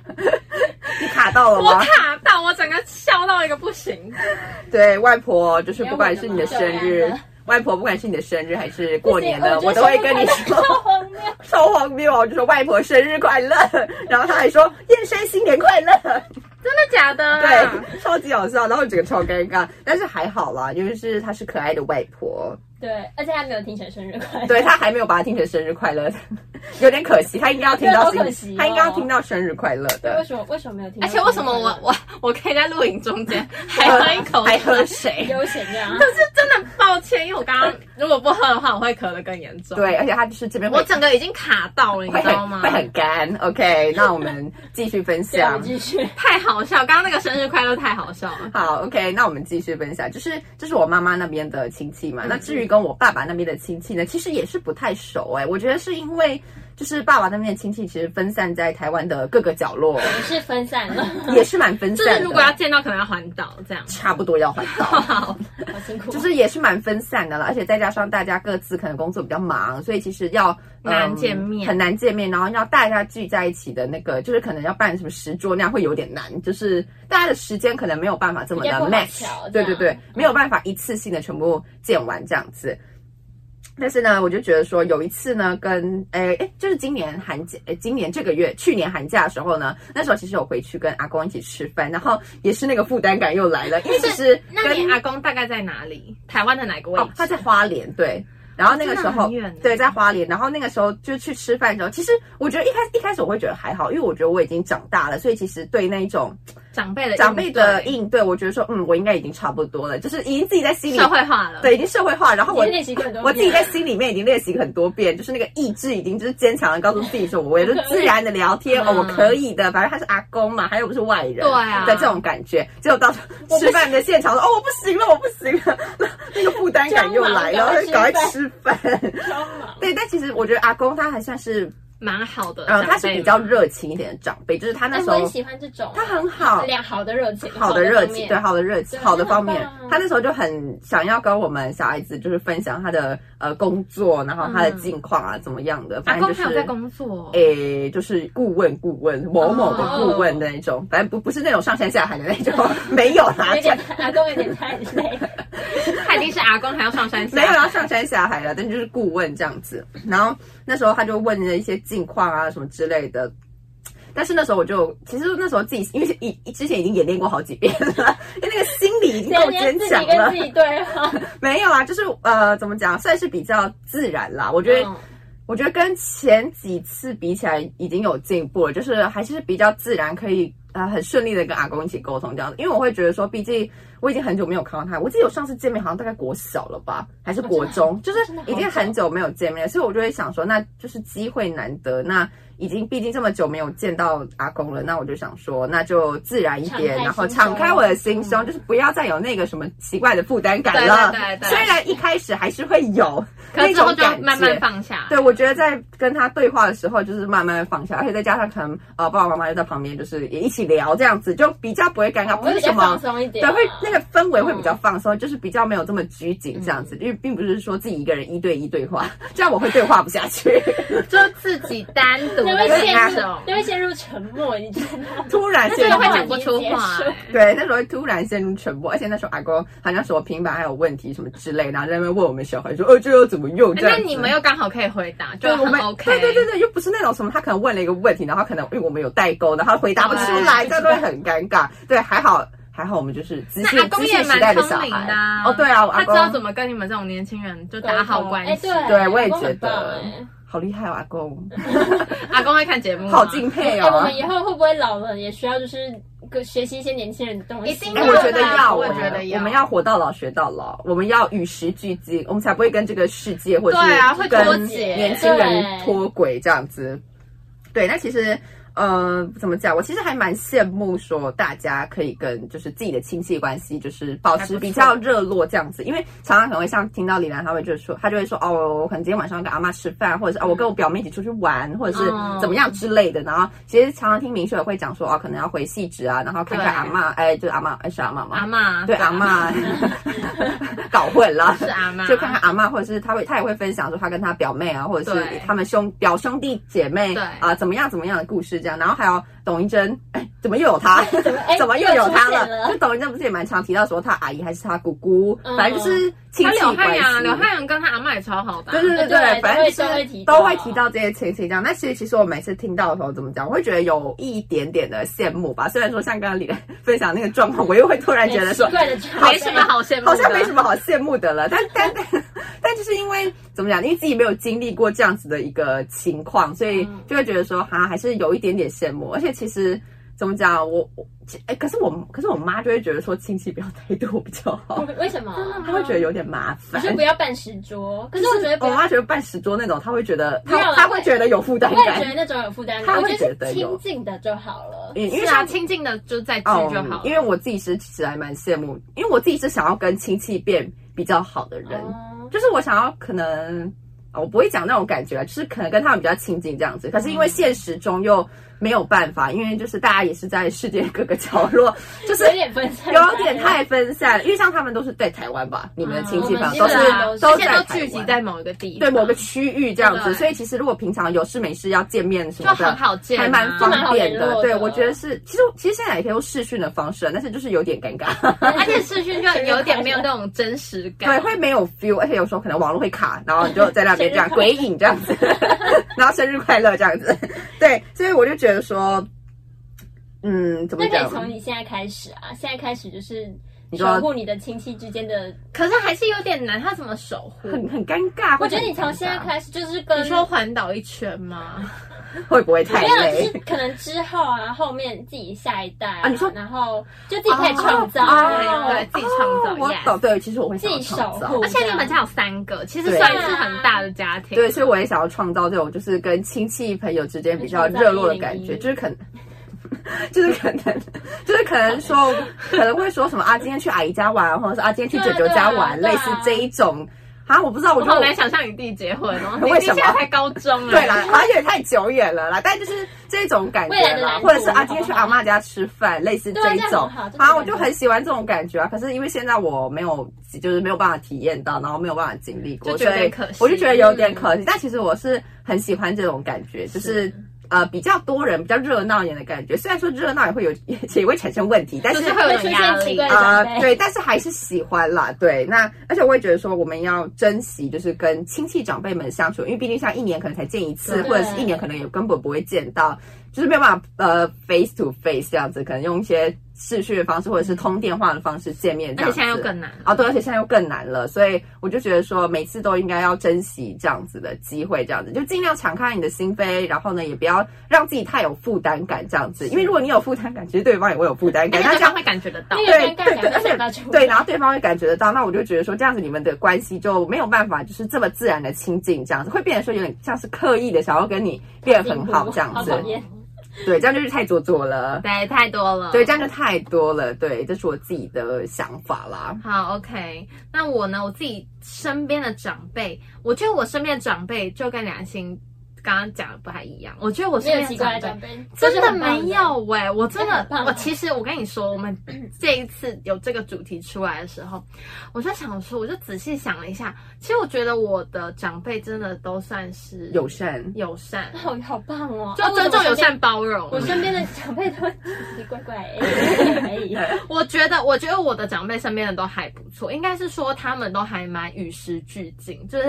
B: 你卡到了
A: 我
B: 吗？
A: 卡到，我整个笑到一个不行。
B: 对，外婆就是不管是你的生
C: 没有我
B: 日
C: 的吗。
B: 外婆，不管是你的生日还是过年的，
C: 不行
B: 我都会跟你
C: 觉
B: 说
C: 得超荒谬。
B: 超荒谬哦，就说外婆生日快乐，然后她还说燕山新年快乐，
A: 真的假的啊？
B: 对，超级好笑，然后整个超尴尬，但是还好啦，因为是她是可爱的外婆，
C: 对，而且还没有听成生日快乐。
B: 对她还没有把她听成生日快乐， 有点可惜，她应该要听到
C: 对好可惜
B: 新，
C: 哦
B: 她应该要听到生日快乐
C: 为
B: 的，
C: 什么为什么没有听？
A: 而且为什么我我我可以在录影中间 还喝一口水？
B: 呃还 喝水？
C: 悠闲这样？
A: 是真的抱歉，因为我刚刚如果不喝的话，我会咳得更严重。，
B: 对，而且她就是这边会
A: 我整个已经卡到了，你
B: 会
A: 知道
B: 很
A: 吗
B: 会？很干。OK，那我们继续分
C: 对，我
B: 享
C: 们。继续。
A: 太好笑，刚刚那个生日快乐太好笑了。
B: 好，OK，那我们继续分享，就是这是我妈妈那边的亲戚嘛。那
A: 嗯
B: 至于跟我爸爸那边的亲戚呢，其实也是不太熟哎、我觉得是因为就是爸爸那边的亲戚其实分散在台湾的各个角落，
C: 我们是分散 了，
B: 也是蛮分
A: 嗯就
B: 散的。
A: 是如果要见到，可能要环岛 这样。
B: 差不多要还到。
C: 好辛苦。啊
B: 就是也是蛮分散的了，而且再加上大家各自可能工作比较忙，所以其实要、嗯
A: 难见面
B: 很难见面，然后要大家聚在一起的那个，就是可能要办什么十桌那样会有点难，就是大家的时间可能没有办法这么的
C: 比较不好
B: match，
C: 瞧
B: 对
C: 这
B: 对
C: 样
B: 对，没有办法一次性的全部见完这样子。但是呢，我就觉得说有一次呢，跟诶诶，就是今年寒假，诶今年这个月，去年寒假的时候呢，那时候其实有回去跟阿公一起吃饭，然后也是那个负担感又来了，因为其实
A: 那
B: 跟
A: 你阿公大概在哪里？台湾的哪个位
B: 哦，他
A: 置？
B: 在花莲，对。然后那个
A: 哦
B: 时
A: 真的
B: 候
A: 很远耶，
B: 对，在花莲。然后那个时候就去吃饭的时候，其实我觉得一开一开始我会觉得还好，因为我觉得我已经长大了，所以其实对那一种
A: 长辈的
B: 长辈的
A: 应
B: 应对，我觉得说，嗯，我应该已经差不多了，就是已经自己在心
A: 对
B: 里
A: 社会化了。
B: 对，已经社会化。然后
C: 我
B: 我
C: 练习更多遍，
B: 我自己在心里面已经练习很多遍，就是那个意志已经就是坚强的告诉自己说，我也就自然的聊天，哦，
A: 嗯
B: 我可以的，反正他是阿公嘛，他又不是外人，
A: 对啊
B: 的这种感觉。结果到吃饭的现场说，哦，我不行了，我不行了，那个负担感又来了，赶
C: 装忙赶快
B: 快吃饭。
C: 超忙。
B: 对，但其实我觉得阿公他还算是，
A: 蛮好的长
B: 呃，
A: 辈嘛，
B: 他是比较热情一点的长辈，就是他那
C: 哎，
B: 时
C: 我很
B: 候
C: 喜欢这种，
B: 他很好，
C: 良好的热情，
B: 好的热情，对
C: 方面
B: 好的热情，
C: 对
B: 好的方面
C: 那很棒啊，
B: 他那时候就很想要跟我们小孩子就是分享他的呃工作，然后他
C: 嗯
B: 的近况啊、怎么样的，
A: 阿
B: 反正
A: 公
B: 就是哎
A: 还有在工作。
B: 诶、就是顾问顾问某某
C: 哦
B: 的顾问的那种，反正不不是那种上山下海的那种， 没有啦，
C: 有
B: 这
C: 点阿公有点太 累，
A: 他已经是阿公，还要上山下
B: 没有要上山下海了，但就是顾问这样子。然后那时候他就问了一些近况啊什么之类的。但是那时候我就，其实那时候自己因为已之前已经演练过好几遍了，因为那个心理已经够
C: 对
B: 坚
C: 连自
B: 强
C: 己
B: 了
C: 跟自。己对话，
B: 没有啊，就是呃，怎么讲，算是比较自然啦。我觉得，
C: 嗯
B: 我觉得跟前几次比起来，已经有进步了，就是还是比较自然，可以呃很顺利的跟阿公一起沟通这样子。因为我会觉得说，毕竟我已经很久没有看到他，我记得我上次见面好像大概国小了吧，
A: 啊
B: 还是国中，就是
C: 真的好久
B: 已经很久没有见面了，所以我就会想说，那就是机会难得，那。已经毕竟这么久没有见到阿公了，那我就想说，那就自然一点，
C: 敞开
B: 然后
C: 心
B: 敞开
C: 胸
B: 我的心胸，就是不要再有那个什么奇怪的负担感了。
A: 嗯对对对对
B: 虽然一开始还是会有
A: 可
B: 那
A: 是之后
B: 种
A: 就
B: 感觉，
A: 慢慢放下。
B: 对，我觉得在跟他对话的时候，就是慢慢放下，而且再加上可能呃爸爸妈妈就在旁边，就是也一起聊这样子，就比较不会尴尬，不
C: 哦我
B: 是
C: 比较
B: 什
C: 放
B: 么。
C: 松一点
B: 对，
C: 啊，
B: 会那那个氛围会比较放松，就是比较没有这么拘谨这样
C: 嗯
B: 子，因为并不是说自己一个人一对一对话，这样我会对话不下 去。
A: 就自己单独
C: 你
A: 的
C: 会陷
A: 那
C: 入
A: 种，，
C: 你会陷入沉默，你 知道吗？
B: 突然
A: 真
B: 陷
A: 的
B: 入
A: 会
B: 沉
A: 讲
B: 默，
A: 不出话、
C: 对
A: 哎
B: 对，那时候会突然陷入沉默，而且那时候阿公好像是我平板还有问题什么之类，然后在那边问我们小孩说，呃，这要怎么用？
C: 哎
B: 这
A: 那
B: 样子
A: 你们又刚好可以回答，就
B: 对，我
A: 很
B: 们
A: OK。
B: 对对对对，又不是那种什么，他可能问了一个问题，然后可能因为我们有代沟，然后回答不出来，
C: 对
B: 这样都会很尴尬。对，还好还好，我们就是资
A: 那阿
B: 讯
A: 公
B: 资
A: 也
B: 讯
A: 蛮
B: 时代的小
A: 聪明
B: 孩
A: 的、啊、
B: 哦，对啊，我
A: 他
B: 阿
A: 知道
B: 公
A: 怎么跟你们这种年轻人就打好关系。
C: 哎
B: 对我也
C: 阿公
B: 觉
C: 很
B: 得
C: 棒哎
B: 好厉害哦，阿公
A: 阿公会看节目吗，
B: 好敬 佩
C: 哎、我
B: 哦
C: 们。以后会不会老了也需要就是个学习一些年轻人的东西？啊
A: 一定
B: 哎，
A: 要
B: 我觉得
A: 的
B: 要，
A: 我
B: 哎
A: 觉得要
B: 我们要活到老学到老，我们要与时俱进，我们才不会跟这个世界或者
A: 对啊
B: 是
A: 会
B: 跟
A: 脱节
B: 年轻人
C: 对
B: 脱轨这样子。对，那其实。呃，怎么讲？我其实还蛮羡慕说大家可以跟就是自己的亲戚关系，就是保
A: 还不
B: 持
A: 错
B: 比较热络这样子，因为常常可能会像听到李兰，她会就说，她就会说哦，我可能今天晚上跟阿妈吃饭，或者是哦，我跟我表妹一起出去玩，或者是
A: 嗯
B: 怎么样之类的。然后其实常常听明秀也会讲说哦，可能要回细致啊，然后看看
A: 对
B: 阿妈，哎，就是阿妈，哎是阿妈吗？
A: 阿妈，
B: 对阿妈 搞混了，
A: 是阿嬷
B: 就看看阿嬷，或者是他会，他也会分享说他跟他表妹啊，或者是
A: 对
B: 他们兄表兄弟姐妹
A: 对
B: 啊、怎么样怎么样的故事这样，然后还有董一真，哎，怎么又有他？
C: 怎么 哎、
B: 怎么又有他
C: 出现
B: 了？
C: 了
B: 就？董一真不是也蛮常提到说他阿姨还是他姑姑，
C: 嗯
B: 反正就是亲
A: 他
B: 戚
A: 刘
B: 关
A: 汉阳，
B: 系。
A: 啊刘汉阳跟他阿妈也超好的啊、
B: 对对对
C: 对对
B: 反正就是
C: 都会都会提到
B: 都会提到这些亲戚这样。那其实其实我每次听到的时候，怎么讲，我会觉得有一点点的羡慕吧。虽然说像刚刚李兰分享那个状况，我又会突然觉得说
C: 奇，怪的，
A: 没什么好羡慕的，
B: 好像没什么好羡慕的了。但但 但但就是因为怎么讲，因为自己没有经历过这样子的一个情况，所以
C: 嗯
B: 就会觉得说，哈，还是有一点点羡慕。而且其实怎么讲，我我其哎、可是我可是我妈就会觉得说，亲戚不要太多比较好，
C: 为什么？
B: 她会觉得有点麻
C: 啊你
B: 烦。
C: 说不要办十桌，可是我觉得不
B: 我
C: 要，
B: 妈觉得办十桌那种，她会觉得
C: 没有
B: 她
C: 啦
B: 她会觉得有负担
C: 我也觉得
B: 感，
C: 那种有负担
B: 他
C: 感，
B: 会
C: 我觉
B: 觉
C: 得
B: 得
C: 是
B: 有
C: 亲近的就好了。
B: 嗯因
A: 是
B: 为
A: 啊，
B: 像
A: 亲近的就在聚
B: 哦，
A: 就好了。
B: 因为我自己是其实还蛮羡慕，因为我自己是想要跟亲戚变比较好的人，
C: 哦
B: 就是我想要可能，哦我不会讲那种感觉啊，就是可能跟他们比较亲近这样子。可是因为
C: 嗯
B: 现实中又没有办法，因为就是大家也是在世界各个角落，就是
C: 有点分散，
B: 有点 太分散。因为像他们都是在台湾吧，你们的亲戚
C: 啊
B: 房
C: 我
B: 都
C: 们
B: 是
C: 基本上
B: 都
A: 而
B: 是
A: 且
B: 在
A: 都
B: 台
A: 聚集
B: 湾
A: 在某一个地方，
B: 对某个区域这样子，
A: 对
B: 所以其实如果平常有事没事要见面什
A: 就
B: 么的，
A: 很好见啊、
B: 还蛮
C: 就蛮
B: 方
C: 好
B: 便
C: 联络
B: 的。
C: 的
B: 对，我觉得是，其实其实现在也可以用视讯的方式啊，但是就是有点尴尬，
A: 而且视讯就有点没有那种真实感，
B: 对，会没有 feel，而且有时候可能网络会卡，然后你 就在那边这样
C: 生日快
B: 鬼影这样子， 然后生日快乐这样子，对，所以我就觉得说，嗯，怎么
C: 那可以
B: 讲？
C: 从你现在开始啊，现在开始就是
B: 你
C: 守
B: 说
C: 护你的亲戚之间的。
A: 可是还是有点难，他怎么守护？
B: 很很尴尬，
C: 我
B: 会
C: 觉得
B: 很
C: 你从现在
B: 尴尬
C: 开始就是跟
A: 你说环岛一圈吗？
B: 会不会太
C: 没有，就
B: 累
C: 是？可能之后啊，后面自己下一代啊，
B: 啊你说
C: 然后就自己可以创造，
B: 哦
A: 对自己创造
B: 哦我
A: yes
B: 懂，对，其实我会
C: 自
B: 想
C: 己
B: 要创
C: 守
B: 造
C: 护，
A: 而且你们家有三个，其实
B: 对
A: 算是很大的家庭。
B: 对，所以我也想要创造这种就是跟亲戚朋友之间比较热络的感觉，就是可能。就是可能，就是可能说，可能会说什么啊，今天去阿姨家玩，或者是啊，今天去舅舅家玩，
C: 对啊对啊
B: 类似这一种啊，我不知道，我
A: 我
B: 觉得
A: 好
B: 我
A: 难想象你弟结婚哦，
B: 为
A: 你弟
B: 什么
A: 现在才高中啊。
B: 对啦，好像有点太久远了啦，但就是这种感
C: 未
B: 觉
C: 来的
B: 啦，
C: 蓝图
B: 或者是啊，今天去阿妈家吃饭，类似
C: 对啊
B: 一
C: 这
B: 种
C: 样很好，这
B: 啊，
C: 种
B: 我就很喜欢这种感觉啊。可是因为现在我没有，就是没有办法体验到，然后没有办法经历过，
A: 就
B: 所
A: 觉得
B: 以
A: 可惜
B: 我就觉得有点可惜。但其实我是很喜欢这种感觉，就是。呃，比较多人，比较热闹一点的感觉。虽然说热闹也会有， 也也会产生问题，但
A: 就是是会有
C: 会
A: 一
C: 出
A: 种压
C: 现奇
A: 力。
C: 怪的
B: 啊、
C: 长辈。
B: 对，但是还是喜欢啦，对。那而且我也觉得说，我们要珍惜，就是跟亲戚长辈们相处，因为毕竟像一年可能才见一次，
A: 对
B: 或者是一年可能也根本不会见到，就是没有办法呃 face to face 这样子，可能用一些视讯的方式或者是通电话的方式见面这
A: 而
B: 样
A: 且
B: 子。
A: 现在又更难
B: 啊、对，而且现在又更难了，所以我就觉得说，每次都应该要珍惜这样子的机会，这样子就尽量敞开你的心扉，然后呢，也不要让自己太有负担感这样子，因为如果你有负担感，其实对方也会有负担
A: 而
B: 感，
A: 且
B: 那
A: 对
B: 这样
A: 哎方会感觉得到
C: 那。个
B: 对对
C: 尴尬
B: 对，
C: 感
B: 而
C: 会
B: 且
C: 散发出来
B: 对，然后对方会感觉得到，那我就觉得说这样子你们的关系就没有办法，就是这么自然的亲近，这样子会变得说有点像是刻意的想要跟你变得很 好这样
C: 好
B: 子
C: 讨，厌，
B: 对，这样就是太做作了，
A: 对，太多了。
B: 对，这样就太多了，对，这是我自己的想法啦。
A: 好，OK。那我呢？我自己身边的长辈，我觉得我身边的长辈就跟良心刚刚讲的不太一样。我觉得我身
C: 没
A: 边
C: 有奇怪的
A: 长辈
C: 长辈，这
A: 真
C: 是
A: 的
C: 很棒
A: 没。有喂、我真
C: 这
A: 的
C: 很，棒
A: 我其实我跟你说，我 们这一次有这个主题出来的时候，我就想说，我就仔细想了一下，其实我觉得我的长辈真的都算是
B: 友善。
A: 友善，
C: 好好棒哦！
A: 就
C: 啊
A: 尊重、友。
C: 我怎么身边
A: 善、包容。
C: 我身边的长辈都奇奇怪怪，哎，可以。
A: 我觉得，我觉得我的长辈身边的都还不错，应该是说他们都还蛮与时俱进，就是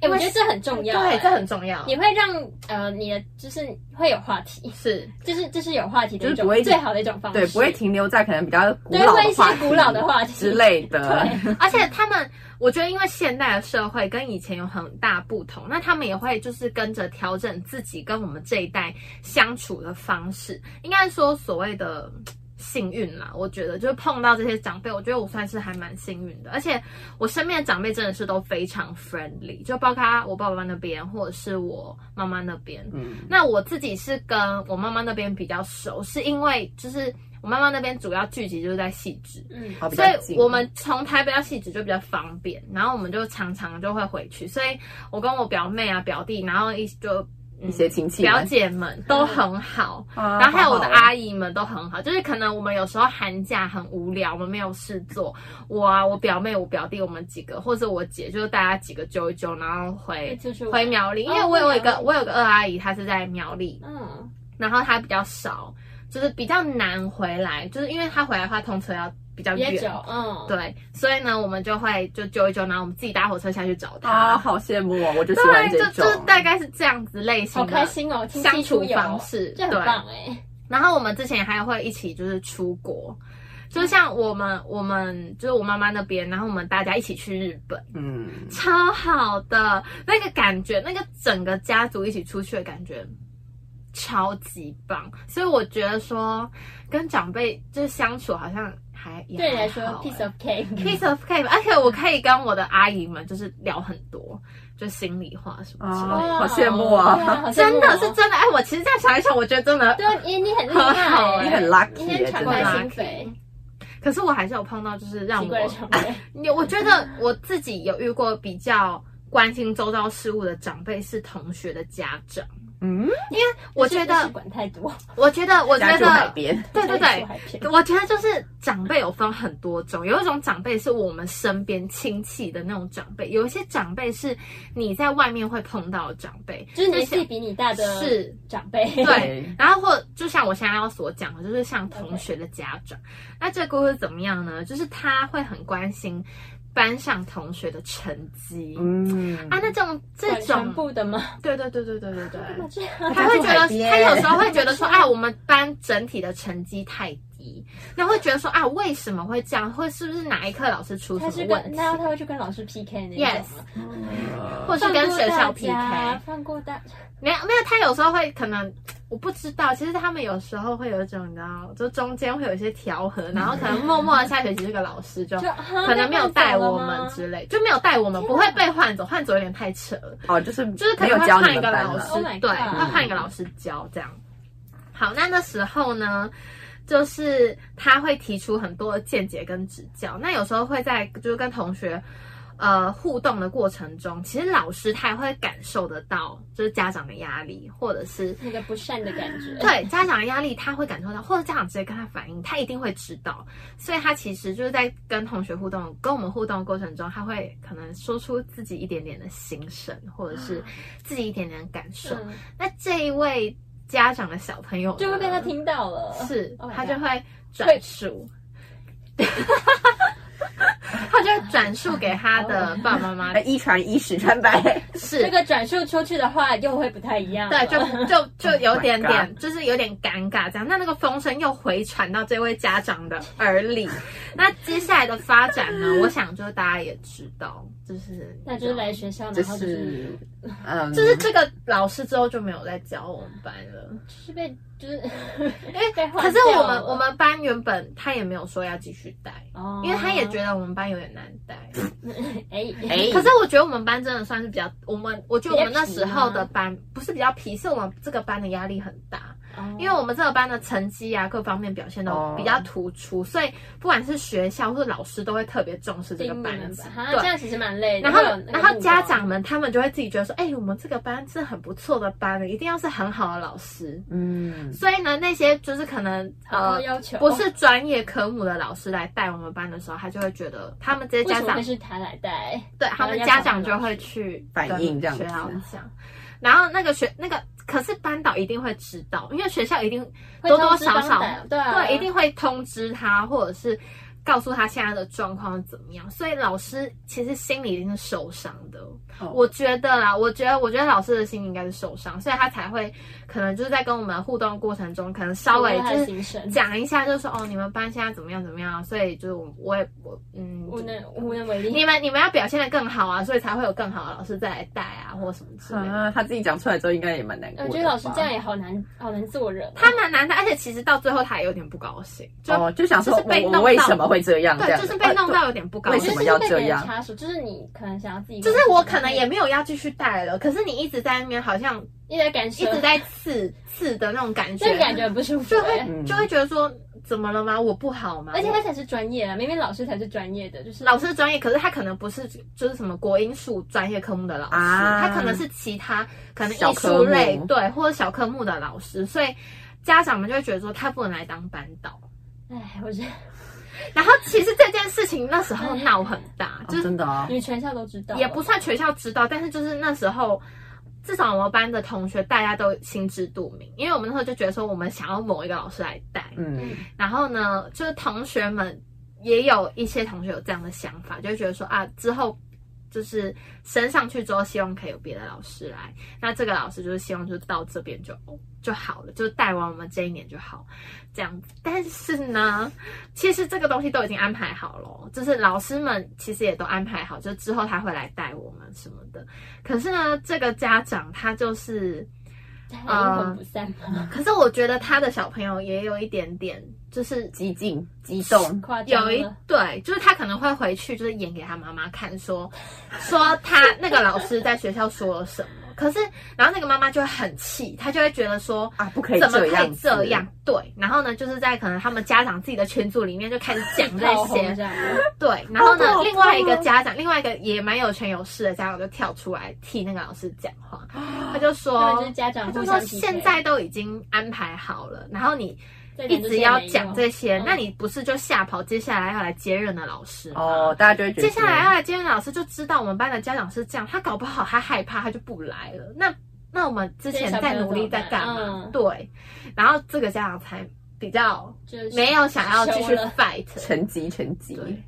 C: 哎，我觉得这很重要，
A: 对，
C: 哎
A: 这很重要，
C: 你会让呃你的就是会有话题，
A: 是
C: 就是这是有话题的
B: 就
C: 一
B: 是
C: 种
B: 不会
C: 最好的一种方式，
B: 对，不会停留在可能比较古
C: 对
B: 老
C: 会
B: 的
C: 一些
B: 话题
C: 古老的话题
B: 之类 的。
C: 对
A: 而且他们，我觉得因为现代的社会跟以前有很大不同，那他们也会就是跟着调整自己跟我们这一代相处的方式，应该说所谓的。嗯幸运啦，我觉得就是碰到这些长辈，我觉得我算是还蛮幸运的。而且我身边的长辈真的是都非常 friendly，就包括我爸爸那边或者是我妈妈那边，
B: 嗯，
A: 那我自己是跟我妈妈那边比较熟，是因为就是我妈妈那边主要聚集就是在细致，
C: 嗯，
B: 好，比
A: 所
B: 较近
A: 以我们从台北到汐止就比较方便，然后我们就常常就会回去，所以我跟我表妹啊、表弟，然后一就、嗯
B: 一些亲戚
A: 表
B: 们，
A: 姐们都很好，
B: 啊
A: 然后还有我的，
B: 好好嗯
A: 阿姨们都很好，就是可能我们有时候寒假很无聊，我们没有事做，我啊、我表妹、我表弟，我们几个或者我姐，就是大家几个揪一揪，然后回。
C: 出
B: 嗯
C: 去玩
A: 回苗栗，因为
C: 哦
A: 我有一个、
C: 回苗栗
A: 我有个二阿姨，她是在苗栗，
C: 嗯，
A: 然后她比较少，就是比较难回来，就是因为她回来的话通车要比较
C: 比较
A: 远，
C: 久，嗯，
A: 对，所以呢，我们就会就揪一揪，然后我们自己搭火车下去找他。
B: 啊，好羡慕哦！我就喜欢
A: 对，
B: 这
A: 就
B: 种
A: 就是，大概是这样子类型
C: 好
A: 的
C: 开心哦，亲
A: 相
C: 戚
A: 处
C: 出游
A: 方式。
C: 这
A: 对
C: 很，棒哎，
A: 然后我们之前还会一起就是出国，就像我们我们就是我妈妈那边，然后我们大家一起去日本，
B: 嗯，
A: 超好的那个感觉，那个整个家族一起出去的感觉。超级棒，所以我觉得说跟长辈就是相处好像还也
C: 对你来
A: 还
C: 说
A: 好欸
C: ，piece of cake，
A: piece of cake，而且我可以跟我的阿姨们就是聊很多，就心里话什么之类的。
B: 哦好羡慕啊
C: 对好羡慕
A: 真
C: 哦
A: 的是真的，哎，我其实这样想一想，我觉得真的，
C: 对啊，你你很厉害欸，
B: 你很 lucky
C: 你很
B: 耶
C: 敞
B: 真
A: 的
C: 开
A: lucky
C: 心扉，
A: 可是我还是有碰到，就是让
C: 奇
A: 我
C: 怪的长 辈，
A: 你，我觉得我自己有遇过比较关心周遭事物的长辈是同学的家长，
B: 嗯，
A: 我觉
C: 就是
A: 得
C: 管太多，
A: 我觉得，我觉
B: 家住海
A: 得，
B: 边，
A: 对对对
C: 住，海边
A: 我觉得就是长辈有分很多种，有一种长辈是我们身边亲戚的那种长辈，有一些长辈是你在外面会碰到的长辈，
C: 就是
A: 那
C: 年
A: 些
C: 纪比你大的
A: 是
C: 长辈，
A: 对，然后或就像我现在要所讲的，就是像同学的家长，那这个故事怎么样呢？就是他会很关心班上同学的成绩、
B: 嗯
A: 啊，那这种这
C: 管全
A: 种，
C: 部的吗？
A: 对对对对对对对，
C: 那这样
A: 他会觉得
B: 他住海边
A: 他有时候会觉得说，哎，我们班整体的成绩太低，那会觉得说啊，为什么会这样？会是不是哪一科老师出什
C: 他是
A: 么问
C: 跟
A: 题？
C: 那他会去跟老师 PK 那种吗
A: 或者是跟学校 PK？
C: 放过大家，
A: 没有没有，他有时候会可能我不知道，其实他们有时候会有一种你知道，就中间会有一些调和，然后可能默默的下学期这个老师就
C: 放过大家就啊
A: 可能没有带我们
C: 之
A: 之类，就没有带我们，不会被换走，换走有点太扯了，
B: 哦，就是
A: 就是可
B: 没有
A: 能会
B: 教
A: 换
B: 你
A: 一
B: 们
A: 个
B: 班
A: 老
B: 了
A: 师，
C: Oh my god
A: 对，会换一个老师教这样。好，那那时候呢，就是他会提出很多的见解跟指教，那有时候会在就是跟同学。呃，互动的过程中，其实老师他也会感受得到，就是家长的压力，或者是
C: 那个不善的感觉。
A: 对家长的压力，他会感受到，或者家长直接跟他反映，他一定会知道。所以他其实就是在跟同学互动、跟我们互动的过程中，他会可能说出自己一点点的心声，或者是自己一点点的感受。
C: 嗯，
A: 那这一位家长的小朋友呢
C: 就会被他，听到了。
A: 是
C: Oh my
A: 他
C: God
A: 就会转述。 他就会转述给他的
C: 哦
A: 爸爸妈 妈
B: 哎，，一传一，十传 百，
A: 是
C: 这个转述出去的话，又会不太一样了。
A: 对，就 就就有
B: Oh my
A: 点点，就是有点尴尬这样。那那个风声又回传到这位家长的耳里，那接下来的发展呢？我想就是大家也知道，就是
C: 那就是来学校，
B: 就
C: 然后就是
B: 嗯，
A: 就是这个老师之后就没有再教我们班了。
C: 就是被就是，因
A: 为
C: 被换
A: 哎可是
C: 掉
A: 我们
C: 了
A: 我们班原本他也没有说要继续带，
C: 哦
A: 因为他也觉得我们班有点难带。
C: 哎
B: 哎
A: 可是我觉得我们班真的算是比较，我们我觉得我们那时候的班不是比较皮，是我们这个班的压力很大。哦因为我们这个班的成绩啊，各方面表现
C: 哦
A: 都比较突出，所以不管是学校或者老师都会特别重视这个
C: 盯你
A: 班
C: 们
A: 级
C: 吧，。哈，嗯啊这
A: 对，
C: 样其实蛮累的。
A: 然后
C: 会有那个
A: 然后
C: 目
A: 家
C: 标
A: 长们他们就会自己觉得说，哎、我们这个班是很不错的班，一定要是很好的老师。
B: 嗯，
A: 所以呢，那些就是可能
C: 好
A: 呃
C: 高要求哦
A: 不是专业科目的老师来带我们班的时候，他就会觉得他们这些
C: 为
A: 家
C: 什么
A: 长
C: 会是他来带？
A: 对他们家长就会去
B: 反映这样子
A: 跟学校讲，然后那个学那个，可是班导一定会知道，因为学校一定
C: 会
A: 多多
C: 通知
A: 少
C: 班
A: 少
C: 导对啊
A: 对一定会通知他，或者是告诉他现在的状况怎么样。所以老师其实心里一定是受伤的，
B: 哦
A: 我觉得啦，我觉得我觉得老师的心里应该是受伤，所以他才会可能就是在跟我们互动的过程中，可能稍微
C: 体会他
A: 就是。
C: 的心声。
A: 讲一下，就是说哦，你们班现在怎么样怎么样，所以就是我我也我嗯，
C: 无能无能为力，
A: 你们你们要表现的更好啊，所以才会有更好的老师再来带啊，或什么之类的。
B: 啊，他自己讲出来之后应该也蛮难过
C: 我
B: 的吧。
C: 觉得老师这样也好难，好难做人哦。
A: 他蛮难的，而且其实到最后他也有点不高兴，就、
B: 哦，就想说
A: 就是被弄
B: 我
A: 到
B: 我为什么会这样？这
A: 对，
B: 样呃
A: 就
B: 子
A: 是被弄到有点不高
B: 为
C: 我觉
A: 兴
B: 什么
C: 得。是
B: 要
C: 被
B: 这
C: 别人
B: 样
C: 插手，就是你可能想要自己，
A: 就是我可能也没有要继续带了，可是你一直在那边好像
C: 一直在感
A: 一
C: 受，
A: 直在刺刺的那种感觉，
C: 这感觉很不舒服
A: 就。
C: 哎
A: 会
B: 嗯
A: 就会觉得说怎么了吗？我不好吗？
C: 而且
A: 我
C: 他才是专业啊，明明老师才是专业的，就是
A: 老师专业，可是他可能不是就是什么国英数专业科目的老师，
B: 啊
A: 他可能是其他可能
B: 小
A: 艺
B: 科
A: 术
B: 目
A: 类对或者小科目的老师，所以家长们就会觉得说他不能来当班导。
C: 哎，我觉得
A: 然后其实这件事情那时
C: 嗯
A: 候闹很大，
B: 哦
A: 就是
B: 真的哦
C: 你，们全校都知道，
A: 也不算全校知道，但是就是那时候。至少我们班的同学大家都心知肚明，因为我们那时候就觉得说我们想要某一个老师来带，
B: 嗯，
A: 然后呢，就是同学们也有一些同学有这样的想法，就会觉得说啊，之后就是升上去之后，希望可以有别的老师来。那这个老师就是希望就到这边就就好了，就带完我们这一年就好，这样子。但是呢，其实这个东西都已经安排好了，就是老师们其实也都安排好，就之后他会来带我们什么的。可是呢，这个家长他就是。
C: 还哎阴魂不散嘛，
A: 可是我觉得他的小朋友也有一点点，就是
B: 激进激动，
C: 夸张啊
A: 有一
C: 了。
A: 对，就是他可能会回去，就是演给他妈妈看说，说他那个老师在学校说了什么。可是，然后那个妈妈就会很气，她就会觉得说
B: 啊不可以
A: 怎么可
B: 这样
A: 以
B: 子
A: 这样？对，然后呢，就是在可能他们家长自己的群组里面就开始 讲这
C: 炮轰
A: 些
C: 这，样吗，
A: 对。然后
B: 好痛
A: 呢，
B: 哦
A: 另外一个家长，另外一个也蛮有权有势的家长就跳出来替那个老师讲话，他就
C: 他
A: 说
C: 们就是，家长
A: 哦他就
C: 互
A: 说
C: 相匹配
A: 现在都已经安排好了，然后你
C: 这
A: 一
C: 点就是
A: 直要
C: 没用
A: 讲这些，
C: 嗯
A: 那你不是就吓跑接下来要来接任的老师吗？
B: 哦，大家就会觉得
A: 接下来要来接任的老师就知道我们班的家长是这样，他搞不好他害怕，他就不来了。那那我们之前在努力在干
C: 这些小朋友
A: 嘛？
C: 怎
A: 对，然后这个家长才比较
C: 就是
A: 没有想要继续
C: 收了
A: fight。
B: 沉积沉积，
A: 对，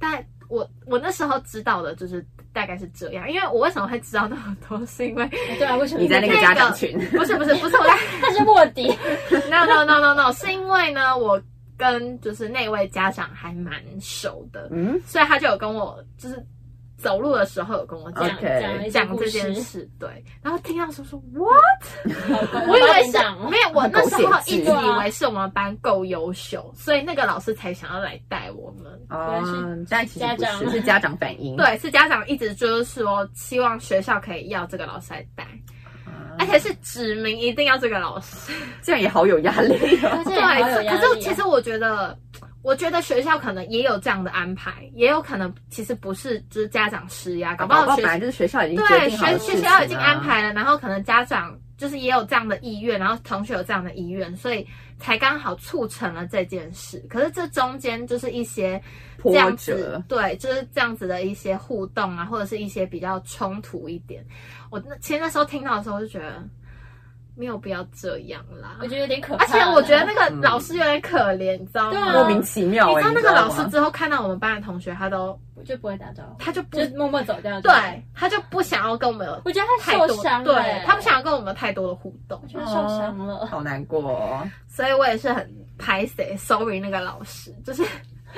A: 但我我那时候知道的就是大概是这样，因为我为什么会知道那么多，是因为
C: 哎对啊，为什么
B: 你在那个家长群，
A: 不是不是不是我在
C: 他是卧 底，
A: no no no no no，是因为呢，我跟就是那位家长还蛮熟的，
B: 嗯，
A: 所以他就有跟我就是走路的时候有跟我讲
B: OK
C: 讲
A: 讲这件
C: 件，
A: 事，对，然后听到说说 what，我
C: 我
A: 以为是
C: 讲
A: 没有，我那时候一直
B: 狗血剧
A: 以为是我们班够优秀，所以那个老师才想要来带我们。
B: 哦
C: 原来是，
B: 但其实
C: 家
B: 不
C: 长
B: 是，是家长反应，
A: 对，是家长一直就是说希望学校可以要这个老师来带，
B: 啊，
A: 而且是指明一定要这个老师。
B: 这样也好有 压力哦，
C: 对
A: 对，
C: 啊
A: 可是其实我觉得，我觉得学校可能也有这样的安排，也有可能其实不是就是家长施压，搞不好
B: 好
A: 学
B: 啊本来就是学校已经决
A: 对
B: 定好
A: 学
B: 的事
A: 学
B: 情
A: 校已经
B: 啊
A: 安，排了，然后可能家长就是也有这样的意愿，然后同学有这样的意愿，所以才刚好促成了这件事。可是这中间就是一些这
B: 波
A: 样子
B: 折，，
A: 对，就是这样子的一些互动啊，或者是一些比较冲突一点。我那其实那时候听到的时候就觉得没有必要这样啦，
C: 我觉得有点可 怕，
A: 而且我觉得那个老师有点可怜，你知道
C: 对
A: 吗？
C: 啊
B: 嗯莫名其
A: 嗯
B: 妙
A: 你
B: 哎，
A: 知道那个
B: 吗
A: 老师之后看到我们班的同学，他都
C: 我就不会打招呼，
A: 他就不
C: 就默默走掉。
A: 对，他就不想要跟我们有
C: 我觉得他
A: 太
C: 受
A: 多，
C: 伤了，
A: 对他不想要跟我们有太多的互动，
C: 我觉得受伤了。
B: 好难过哦，
A: 所以我也是很拍谁 sorry 那个老师，就是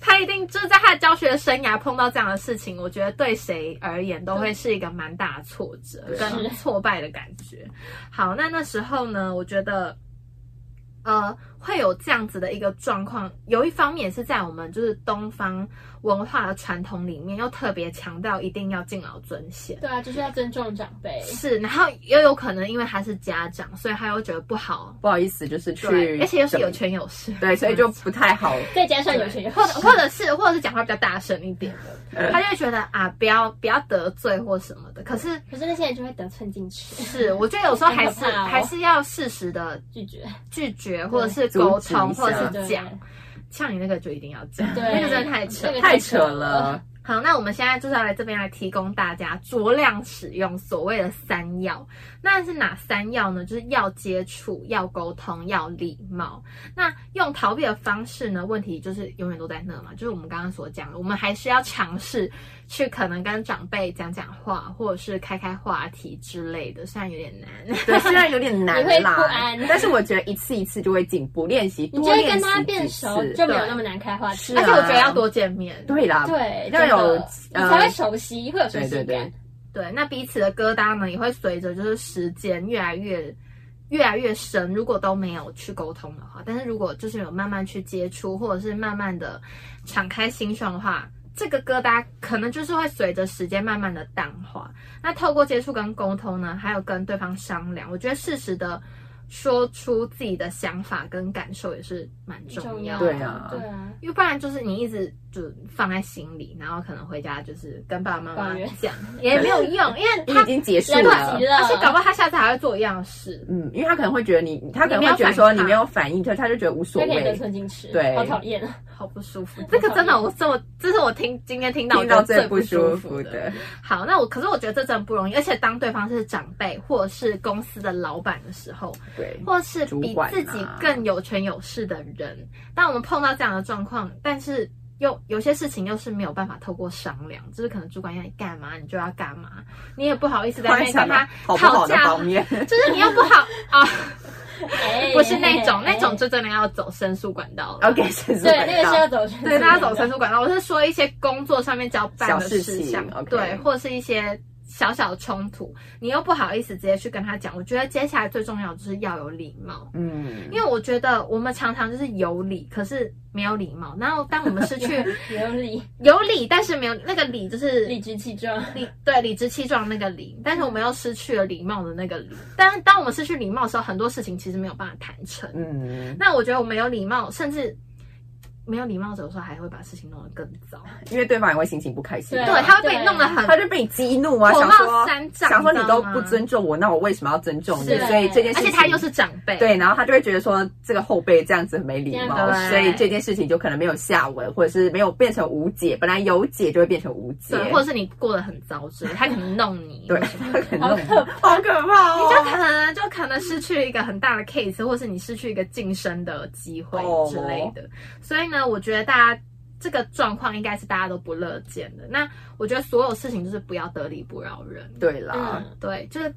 A: 他一定就是在他的教学生涯碰到这样的事情，我觉得对谁而言都会是一个蛮大的挫折
B: 对
A: 跟挫败的感觉。好，那那时候呢，我觉得呃，会有这样子的一个状况，有一方面也是在我们就是东方文化的传统里面，又特别强调一定要敬老尊贤。
C: 对啊，就是要尊重长辈。
A: 是，然后也有可能因为他是家长，所以他又觉得不好，
B: 不好意思，就是去
A: 对，而且又是有权有势，
B: 对，所以就不太好。
C: 再加上有些人
A: 或者或者是或者是讲话比较大声一点
B: 呃
A: 的，他就会觉得啊，不要不要得罪或什么的。可是
C: 可是那些人就会得寸进尺，
A: 是，我觉得有时候还是、
C: 很可怕哦
A: 还是要适时的
C: 拒绝。
A: 拒绝，或者是沟
B: 阻止一下
A: 通，或者
C: 对
A: 是讲。像你那个就一定要讲，
C: 对
A: 那个真的太扯
C: 那。个
B: 太扯了，
A: 好，那我们现在就是要来这边来提供大家酌量使用所谓的三要。那是哪三要呢？就是要接触、要沟通、要礼貌。那用逃避的方式呢？问题就是永远都在那嘛，就是我们刚刚所讲的，我们还是要尝试去可能跟长辈讲讲话，或者是开开话题之类的，虽然有点难。
B: 对，虽然有点难
C: 你会不
B: 啦
C: 安，
B: 但是我觉得一次一次就会进步，练习
C: 你就
B: 多
C: 会
B: 练
C: 跟
B: 习
C: 他
B: 几
C: 变
B: 次
C: 熟，，就没有那么难开话题
B: 是。
A: 而
B: 啊
A: 且我觉得要多见面。
B: 对啦，
C: 对，
B: 要
C: 真的
B: 有
C: 你
B: 呃
C: 才会熟悉，会有熟
B: 对
C: 悉
B: 对
C: 感
B: 对。，
A: 对，那彼此的疙瘩呢，也会随着就是时间越来越越来越深。如果都没有去沟通的话，但是如果就是有慢慢去接触，或者是慢慢的敞开心胸的话，这个疙瘩可能就是会随着时间慢慢的淡化。那透过接触跟沟通呢，还有跟对方商量，我觉得适时的说出自己的想法跟感受也是蛮重要的。
B: 对啊
C: 对啊，
A: 因为不然就是你一直就放在心里，然后可能回家就是跟爸爸妈妈
C: 抱怨
A: 讲也没有用，因为
B: 你
A: 他
B: 已经结束
C: 来
B: 了
C: 不及。了，
A: 而且搞不好他下次还会做一样的事。
B: 嗯，因为他可能会觉得你，他可能
A: 你没有
B: 会觉得说
A: 反
B: 你
A: 抗
B: 没有反应，他他就觉得无所
C: 他可以得
B: 谓。
C: 寸进尺，
B: 对
C: 好讨厌啊！
A: 好不舒服，这个真的，我这我这是我听今天听到我
B: 听
A: 觉
B: 到
A: 得
B: 最
A: 最
B: 不舒
A: 舒
B: 服
A: 服的。
B: 的，
A: 好，那我可是我觉得这真的不容易，而且当对方是长辈或是公司的老板的时候，
B: 对，
A: 或是比
B: 主管啊
A: 自己更有权有势的人，当我们碰到这样的状况，但是又有些事情又是没有办法透过商量，就是可能主管要你干嘛，你就要干嘛，你也不好意思在
B: 突
A: 那
B: 然
A: 边
B: 想
A: 跟
B: 到
A: 他
B: 好不好
A: 讨
B: 的
A: 价，
B: 方面，
A: 就是你又不好啊，
C: 哎
A: 不是那种，
C: 哎
A: 那种就真的要走申诉管道了。
B: OK，是
C: 对，那个是要走，
A: 对，大家走申诉管道，我是说一些工作上面交办的
B: 小事
A: 事项
B: 情，，OK
A: 对，或是一些小小的冲突，你又不好意思直接去跟他讲。我觉得接下来最重要就是要有礼貌。
B: 嗯，
A: 因为我觉得我们常常就是有理，可是没有礼貌。然后当我们失去
C: 有理，
A: 有理，但是没有那个理，就是
C: 理直气壮。
A: 理对理直气壮那个理，但是我们又失去了礼貌的那个理。但当我们失去礼貌的时候，很多事情其实没有办法谈成。
B: 嗯，
A: 那我觉得我们有礼貌，甚至没有礼貌的时候，还会把事情弄得更糟。
B: 因为对方也会心情不开心啊，
A: 对，他会被
C: 对
A: 你弄得很
B: 他就被你激怒啊，
A: 火
B: 想
A: 冒
B: 说
A: 三丈
B: 想说你都
A: 你知道吗
B: 不尊重我，那我为什么要尊重你？
C: 是
B: 所以这件事
A: 而且
B: 情，
A: 他又是长辈，
B: 对，然后他就会觉得说这个后辈这样子很没礼
C: 这
B: 貌，
A: 样对
B: 所以这件事情就可能没有下文，或者是没有变成无解，本来有解就会变成无解，
A: 对，或者是你过得很糟之类，他可能弄你，
B: 对
A: 或什么
B: 他
A: 的
B: 可能弄好可怕
A: 你就
B: 哦。
A: 可能就可能失去一个很大的 case，或是你失去一个晋升的机会
B: 哦
A: 之类的。所以呢，我觉得大家这个状况应该是大家都不乐见的。那我觉得所有事情就是不要得理不饶人，
B: 对啦，
C: 嗯，
A: 对，就是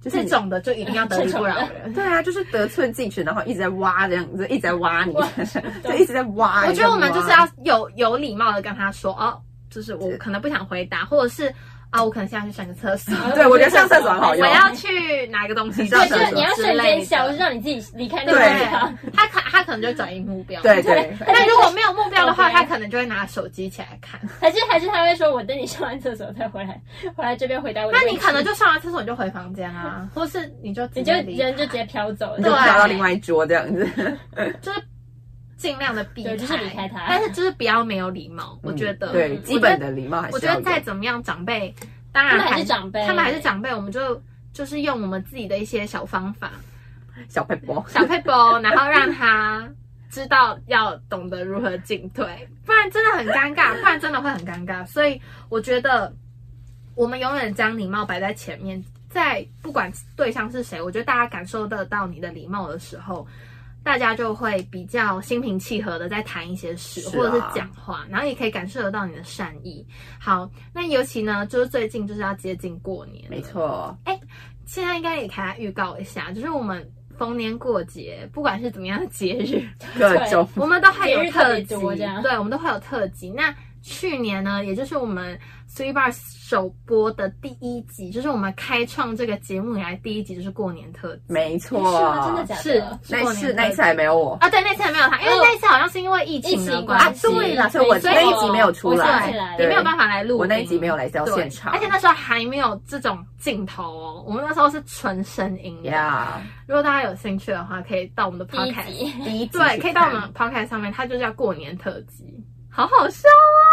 B: 就是
A: 这
B: 你
A: 种的就一定要得理不饶人。
B: 对啊，就是得寸进尺，然后一直在挖这样子，一直在挖你， 就一直在 挖。
A: 我觉
B: 一直在
A: 得我们
B: 挖
A: 就是要有有礼貌的跟他说，哦，就是我可能不想回答，或者是啊，我可能现在去上个厕 所，
B: 对我觉得上厕所很好
A: 我
B: 用
A: 要去拿个东西，
B: 对
C: 就是你要
A: 之
C: 瞬
A: 类
C: 间
A: 的
C: 消失，让你自己离开那个
B: 对
C: 地方。
A: 他可他可能就转移目标，
B: 对对，
A: 但如果没有目标的话，
C: 对
A: 他可能就会拿手机起来看。
C: 还是还是他会说，我等你上完厕所再回来，回来这边回答我的
A: 那
C: 问题。
A: 你可能就上完厕所你就回房间啊，或是你就直
C: 你就
A: 接离开
C: 人就直接飘走了，
B: 你就
A: 对
B: 跳到另外一桌这样子。
A: 尽量的避开，
C: 对就是离开他
A: 但是就是不要没有礼貌，我觉得
B: 嗯对
A: 嗯
B: 基本的礼貌还
A: 我
B: 是
A: 觉得
B: 要有。
A: 再怎么样，长辈当
C: 他
A: 然
C: 们还是长辈，
A: 他们还是长辈，我们就就是用我们自己的一些小方法、
B: 小佩波，
A: 小配包，然后让他知道要懂得如何进退，不然真的很尴尬，不然真的会很尴尬。所以我觉得我们永远将礼貌摆在前面，在不管对象是谁，我觉得大家感受得到你的礼貌的时候。大家就会比较心平气和的在谈一些事，
B: 是啊
A: 或者是讲话，然后也可以感受得到你的善意。好，那尤其呢，就是最近就是要接近过年了，
B: 没错，
A: 现在应该也给大家预告一下，就是我们逢年过节，不管是 怎么样的节日，
B: 各种
A: 我们都还有特
C: 节日特别
A: 辑
C: 多这样，
A: 对，我们都会有特辑。那去年呢，也就是我们 Three Bar 首播的第一集，就是我们开创这个节目以来第一集，就是过年特辑。
B: 没
C: 是吗？真
B: 错
C: 的，假
A: 是
C: 的？
B: 那一次
A: 是
B: 那一次还没有我。
A: 啊，对，那次还没有他，因为
C: 哦
A: 那一次好像是因为疫
C: 疫
A: 情的
C: 情
A: 关系，
B: 啊对啦所以我
A: 所以那
B: 一集没有出来
C: 我想起来
A: 你
B: 对
A: 没有
C: 了
A: 办法来录音，
B: 我那一集没有来到
A: 对
B: 现场
A: 而且那时候还没有这种镜头哦，我们那时候是纯声音的。
B: 呀，
A: 如果大家有兴趣的话，可以到我们的
C: 第一
A: podcast，
C: 集，
B: 第一集
A: 对，
B: 去
A: 可以到我
B: 看
A: 们 podcast 上面，它就叫过年特辑，好好笑。 哦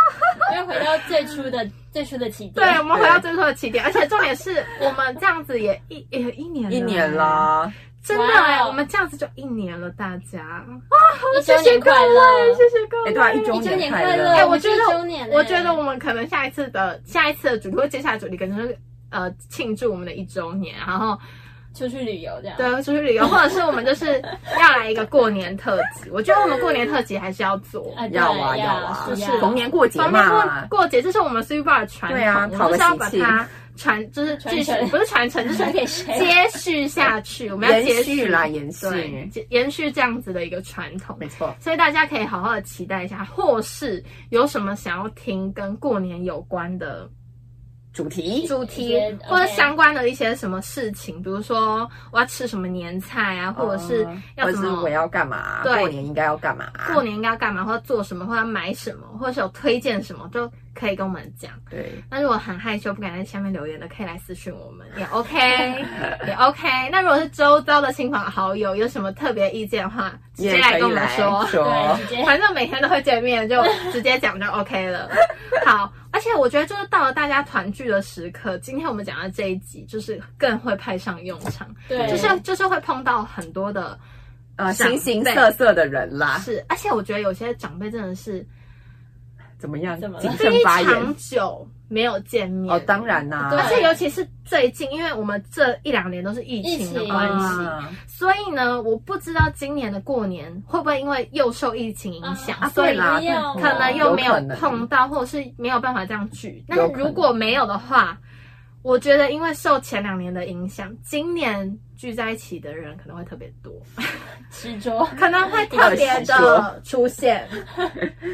C: 又回到最初的最初的起点。
A: 对，我们回到最初的起点，而且重点是我们这样子也一也一年了
B: 一年，啦，
A: 真的哎、
C: 哇哦
A: 我们这样子就一年了，大家
C: 一周年快乐，
A: 谢谢各
B: 哎，
A: 位。
B: 对啊，一周
C: 一周
B: 年
C: 年
B: 快
C: 快
B: 乐
C: 乐！。
A: 哎我
C: 们
A: 觉得
C: 是一周年欸，
A: 我觉得我们可能下一次的下一次的主题，或接下来的主题，可能就是呃庆祝我们的一周年，然后
C: 出去旅游这样。
A: 对出去旅游，或者是我们就是要来一个过年特辑。我觉得我们过年特辑还是要做，
C: 啊，对
B: 要啊
C: 要
B: 要啊，
C: 是
A: 是
C: 要
B: 逢年过节
A: 反正
B: 嘛，
A: 过过节，这是我们 Super 的传统，
B: 对啊
A: 我
B: 讨
A: 们就是
B: 个
A: 要
B: 喜
A: 把
B: 庆
A: 它传，就是
C: 传
A: 继续
C: 承
A: 不是传承，就是
C: 传给谁？
A: 接续下去，我们要接
B: 延续啦，延
A: 对
B: 续，，
A: 接延续这样子的一个传统。
B: 没错。
A: 所以大家可以好好的期待一下，或是有什么想要听跟过年有关的
B: 主题
A: 主
C: 一
A: 题
C: 些，，OK
A: 或者相关的一些什么事情，比如说我要吃什么年菜啊，或者是
B: 嗯
A: 要
B: 或者
A: 怎
B: 是
A: 么
B: 我要干嘛？
A: 对
B: 过年应该要干嘛？
A: 过年应该要干嘛，或者做什么，或者买什么，或者是有推荐什么，都可以跟我们讲。
B: 对，
A: 那如果很害羞不敢在下面留言的，可以来私讯我们，也 OK，也 OK。那如果是周遭的亲朋好友有什么特别意见的话，直接
B: 也可
A: 来
B: 以
A: 跟我们
B: 来
A: 说。
B: 说
C: 对，直 接
A: 反正每天都会见面，就直接讲就 OK 了。 好，而且我觉得就是到了大家团聚的时刻，今天我们讲的这一集就是更会派上用场，
C: 对，
A: 就是就是会碰到很多的
B: 呃，
A: 长
B: 形形
A: 辈
B: 色色的人啦，
A: 事，而且我觉得有些长辈真的是
B: 怎么样
C: 怎么？了
B: 谨慎
A: 非
B: 发言
A: 常久没有见面
B: 哦，当然啦，
C: 对
A: 而且尤其是最近，因为我们这一两年都是疫情的
C: 疫情
A: 关系，
B: 啊
A: 所以呢，我不知道今年的过年会不会因为又受疫情影响，
B: 啊，
A: 所
B: 对
A: 以
B: 啦，
C: 不要
A: 可能又没有
B: 可能
A: 碰到，或者是没有办法这样聚。但
B: 有
A: 是
B: 可能
A: 如果没有的话，我觉得因为受前两年的影响，今年聚在一起的人可能会特别 多，
C: 吃桌，
A: 可能会特别的出现。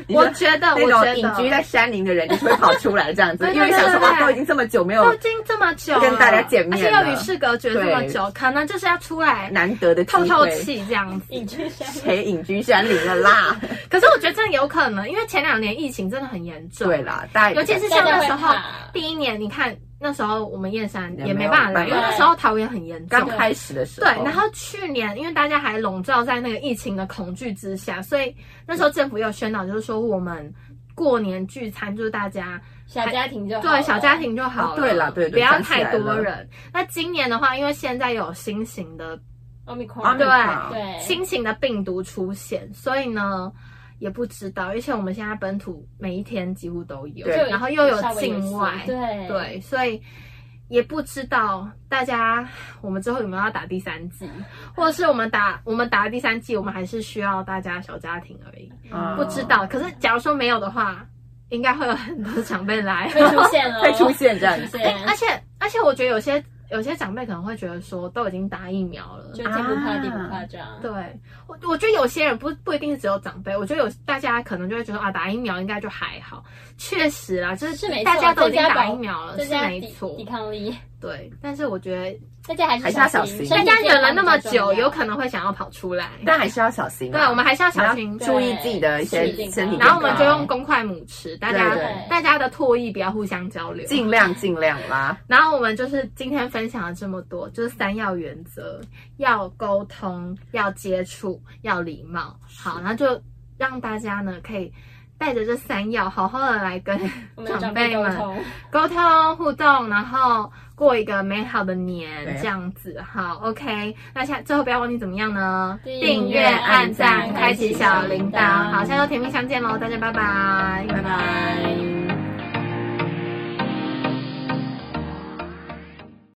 B: 你说
A: 我觉得，我
B: 那
A: 觉
B: 种隐居
A: 得。
B: 在山林的人，就是会跑出来这样子
A: 对，对
B: 因为想
A: 对
B: 说
A: 对
B: 哇，都已经这么久没有
A: 都已经这么久了，
B: 跟大家见面
A: 而且
B: 了
A: 又与世隔绝这么
B: 对
A: 久，可能就是要出来
B: 难得的机
A: 透透
B: 会，
A: 气这样子。
C: 隐居山林，
B: 谁隐居山林 了啦？
A: 可是我觉得真的有可能，因为前两年疫情真的很严重，
B: 对，啦，大家
A: 尤其是像那时候
C: 大家会怕
A: 第一年，你看那时候我们燕山
B: 也
A: 也
B: 没
A: 没
B: 有
A: 办法来，
B: 办
A: 因
B: 法
A: 为那时候桃园很严重
B: 刚。开始的时
A: 对
B: 候，，
A: 然后去年因为大家还笼罩在那个疫情的恐惧之下，所以那时候政府也有宣导，就是说我们过年聚餐就是大家
C: 小家庭就好了
A: 对小家，庭就好了，
B: 哦对啦对对
A: 不要
B: 想起
A: 太
B: 来
A: 多
B: 了
A: 人。那今年的话，因为现在有新型的
C: 奥密克
B: 啊
C: 戎，
A: 对
C: 对，
A: 新型的病毒出现，所以呢也不知道，而且我们现在本土每一天几乎都有，
B: 对
A: 然后又有
C: 稍微一些
A: 境外，
C: 对
A: 对，所以也不知道大家我们之后有没有要打第三剂，或者是我们打我们打了第三剂，我们还是需要大家小家庭而已，
B: 嗯
A: 不知道。可是假如说没有的话，应该会有很多长辈 来。
C: 会出现 了，
B: 会出现这样子
C: 出
A: 哎
C: 现，
A: 而且而且我觉得有些有些长辈可能会觉得说都已经打疫苗了，
C: 就地不怕
B: 啊
C: 地不怕这样，
A: 对我，我觉得有些人不不一定是只有长辈，我觉得有大家可能就会觉得啊，打疫苗应该就还好。确实啦，就是
C: 没错
A: 大家都已经
C: 在家
A: 打
C: 保
A: 疫苗了，
C: 大
A: 啊是
C: 家
A: 没
C: 抵
A: 错
C: 抵。抗力，
A: 对，但是我觉得
C: 大家还是
B: 还是要小
C: 心，
B: 心
A: 大
B: 身
A: 家忍了那么
C: 身体健
A: 久，
C: 康比较重要
A: 有可能会想要跑出来。
B: 但还是要小心啊。
A: 对，我们还是要小心。
C: 对
B: 注意自己的一些身体健康
A: 然后我们就用公筷母匙，大家
B: 对
C: 对
A: 大家的唾液不要互相交流。
B: 尽量尽量啦。
A: 然后我们就是今天分享了这么多，就是三要原则：要沟通，要接触，要礼貌。好，那就让大家呢可以带着这三要，好好的来跟
C: 我们的
A: 长
C: 长
A: 辈
C: 辈沟
A: 们
C: 通，
A: 沟通互动，然后过一个美好的年
B: 对，
A: 这样子。好，OK。那下最后不要忘记怎么样呢？
C: 订
A: 订阅、
C: 阅
A: 按
C: 按
A: 赞、
C: 赞
A: 开启
C: 开启
A: 小
C: 小
A: 铃
C: 铃
A: 铛。
C: 铛
A: 好，下周甜蜜相见喽，大家拜拜，
B: 拜拜。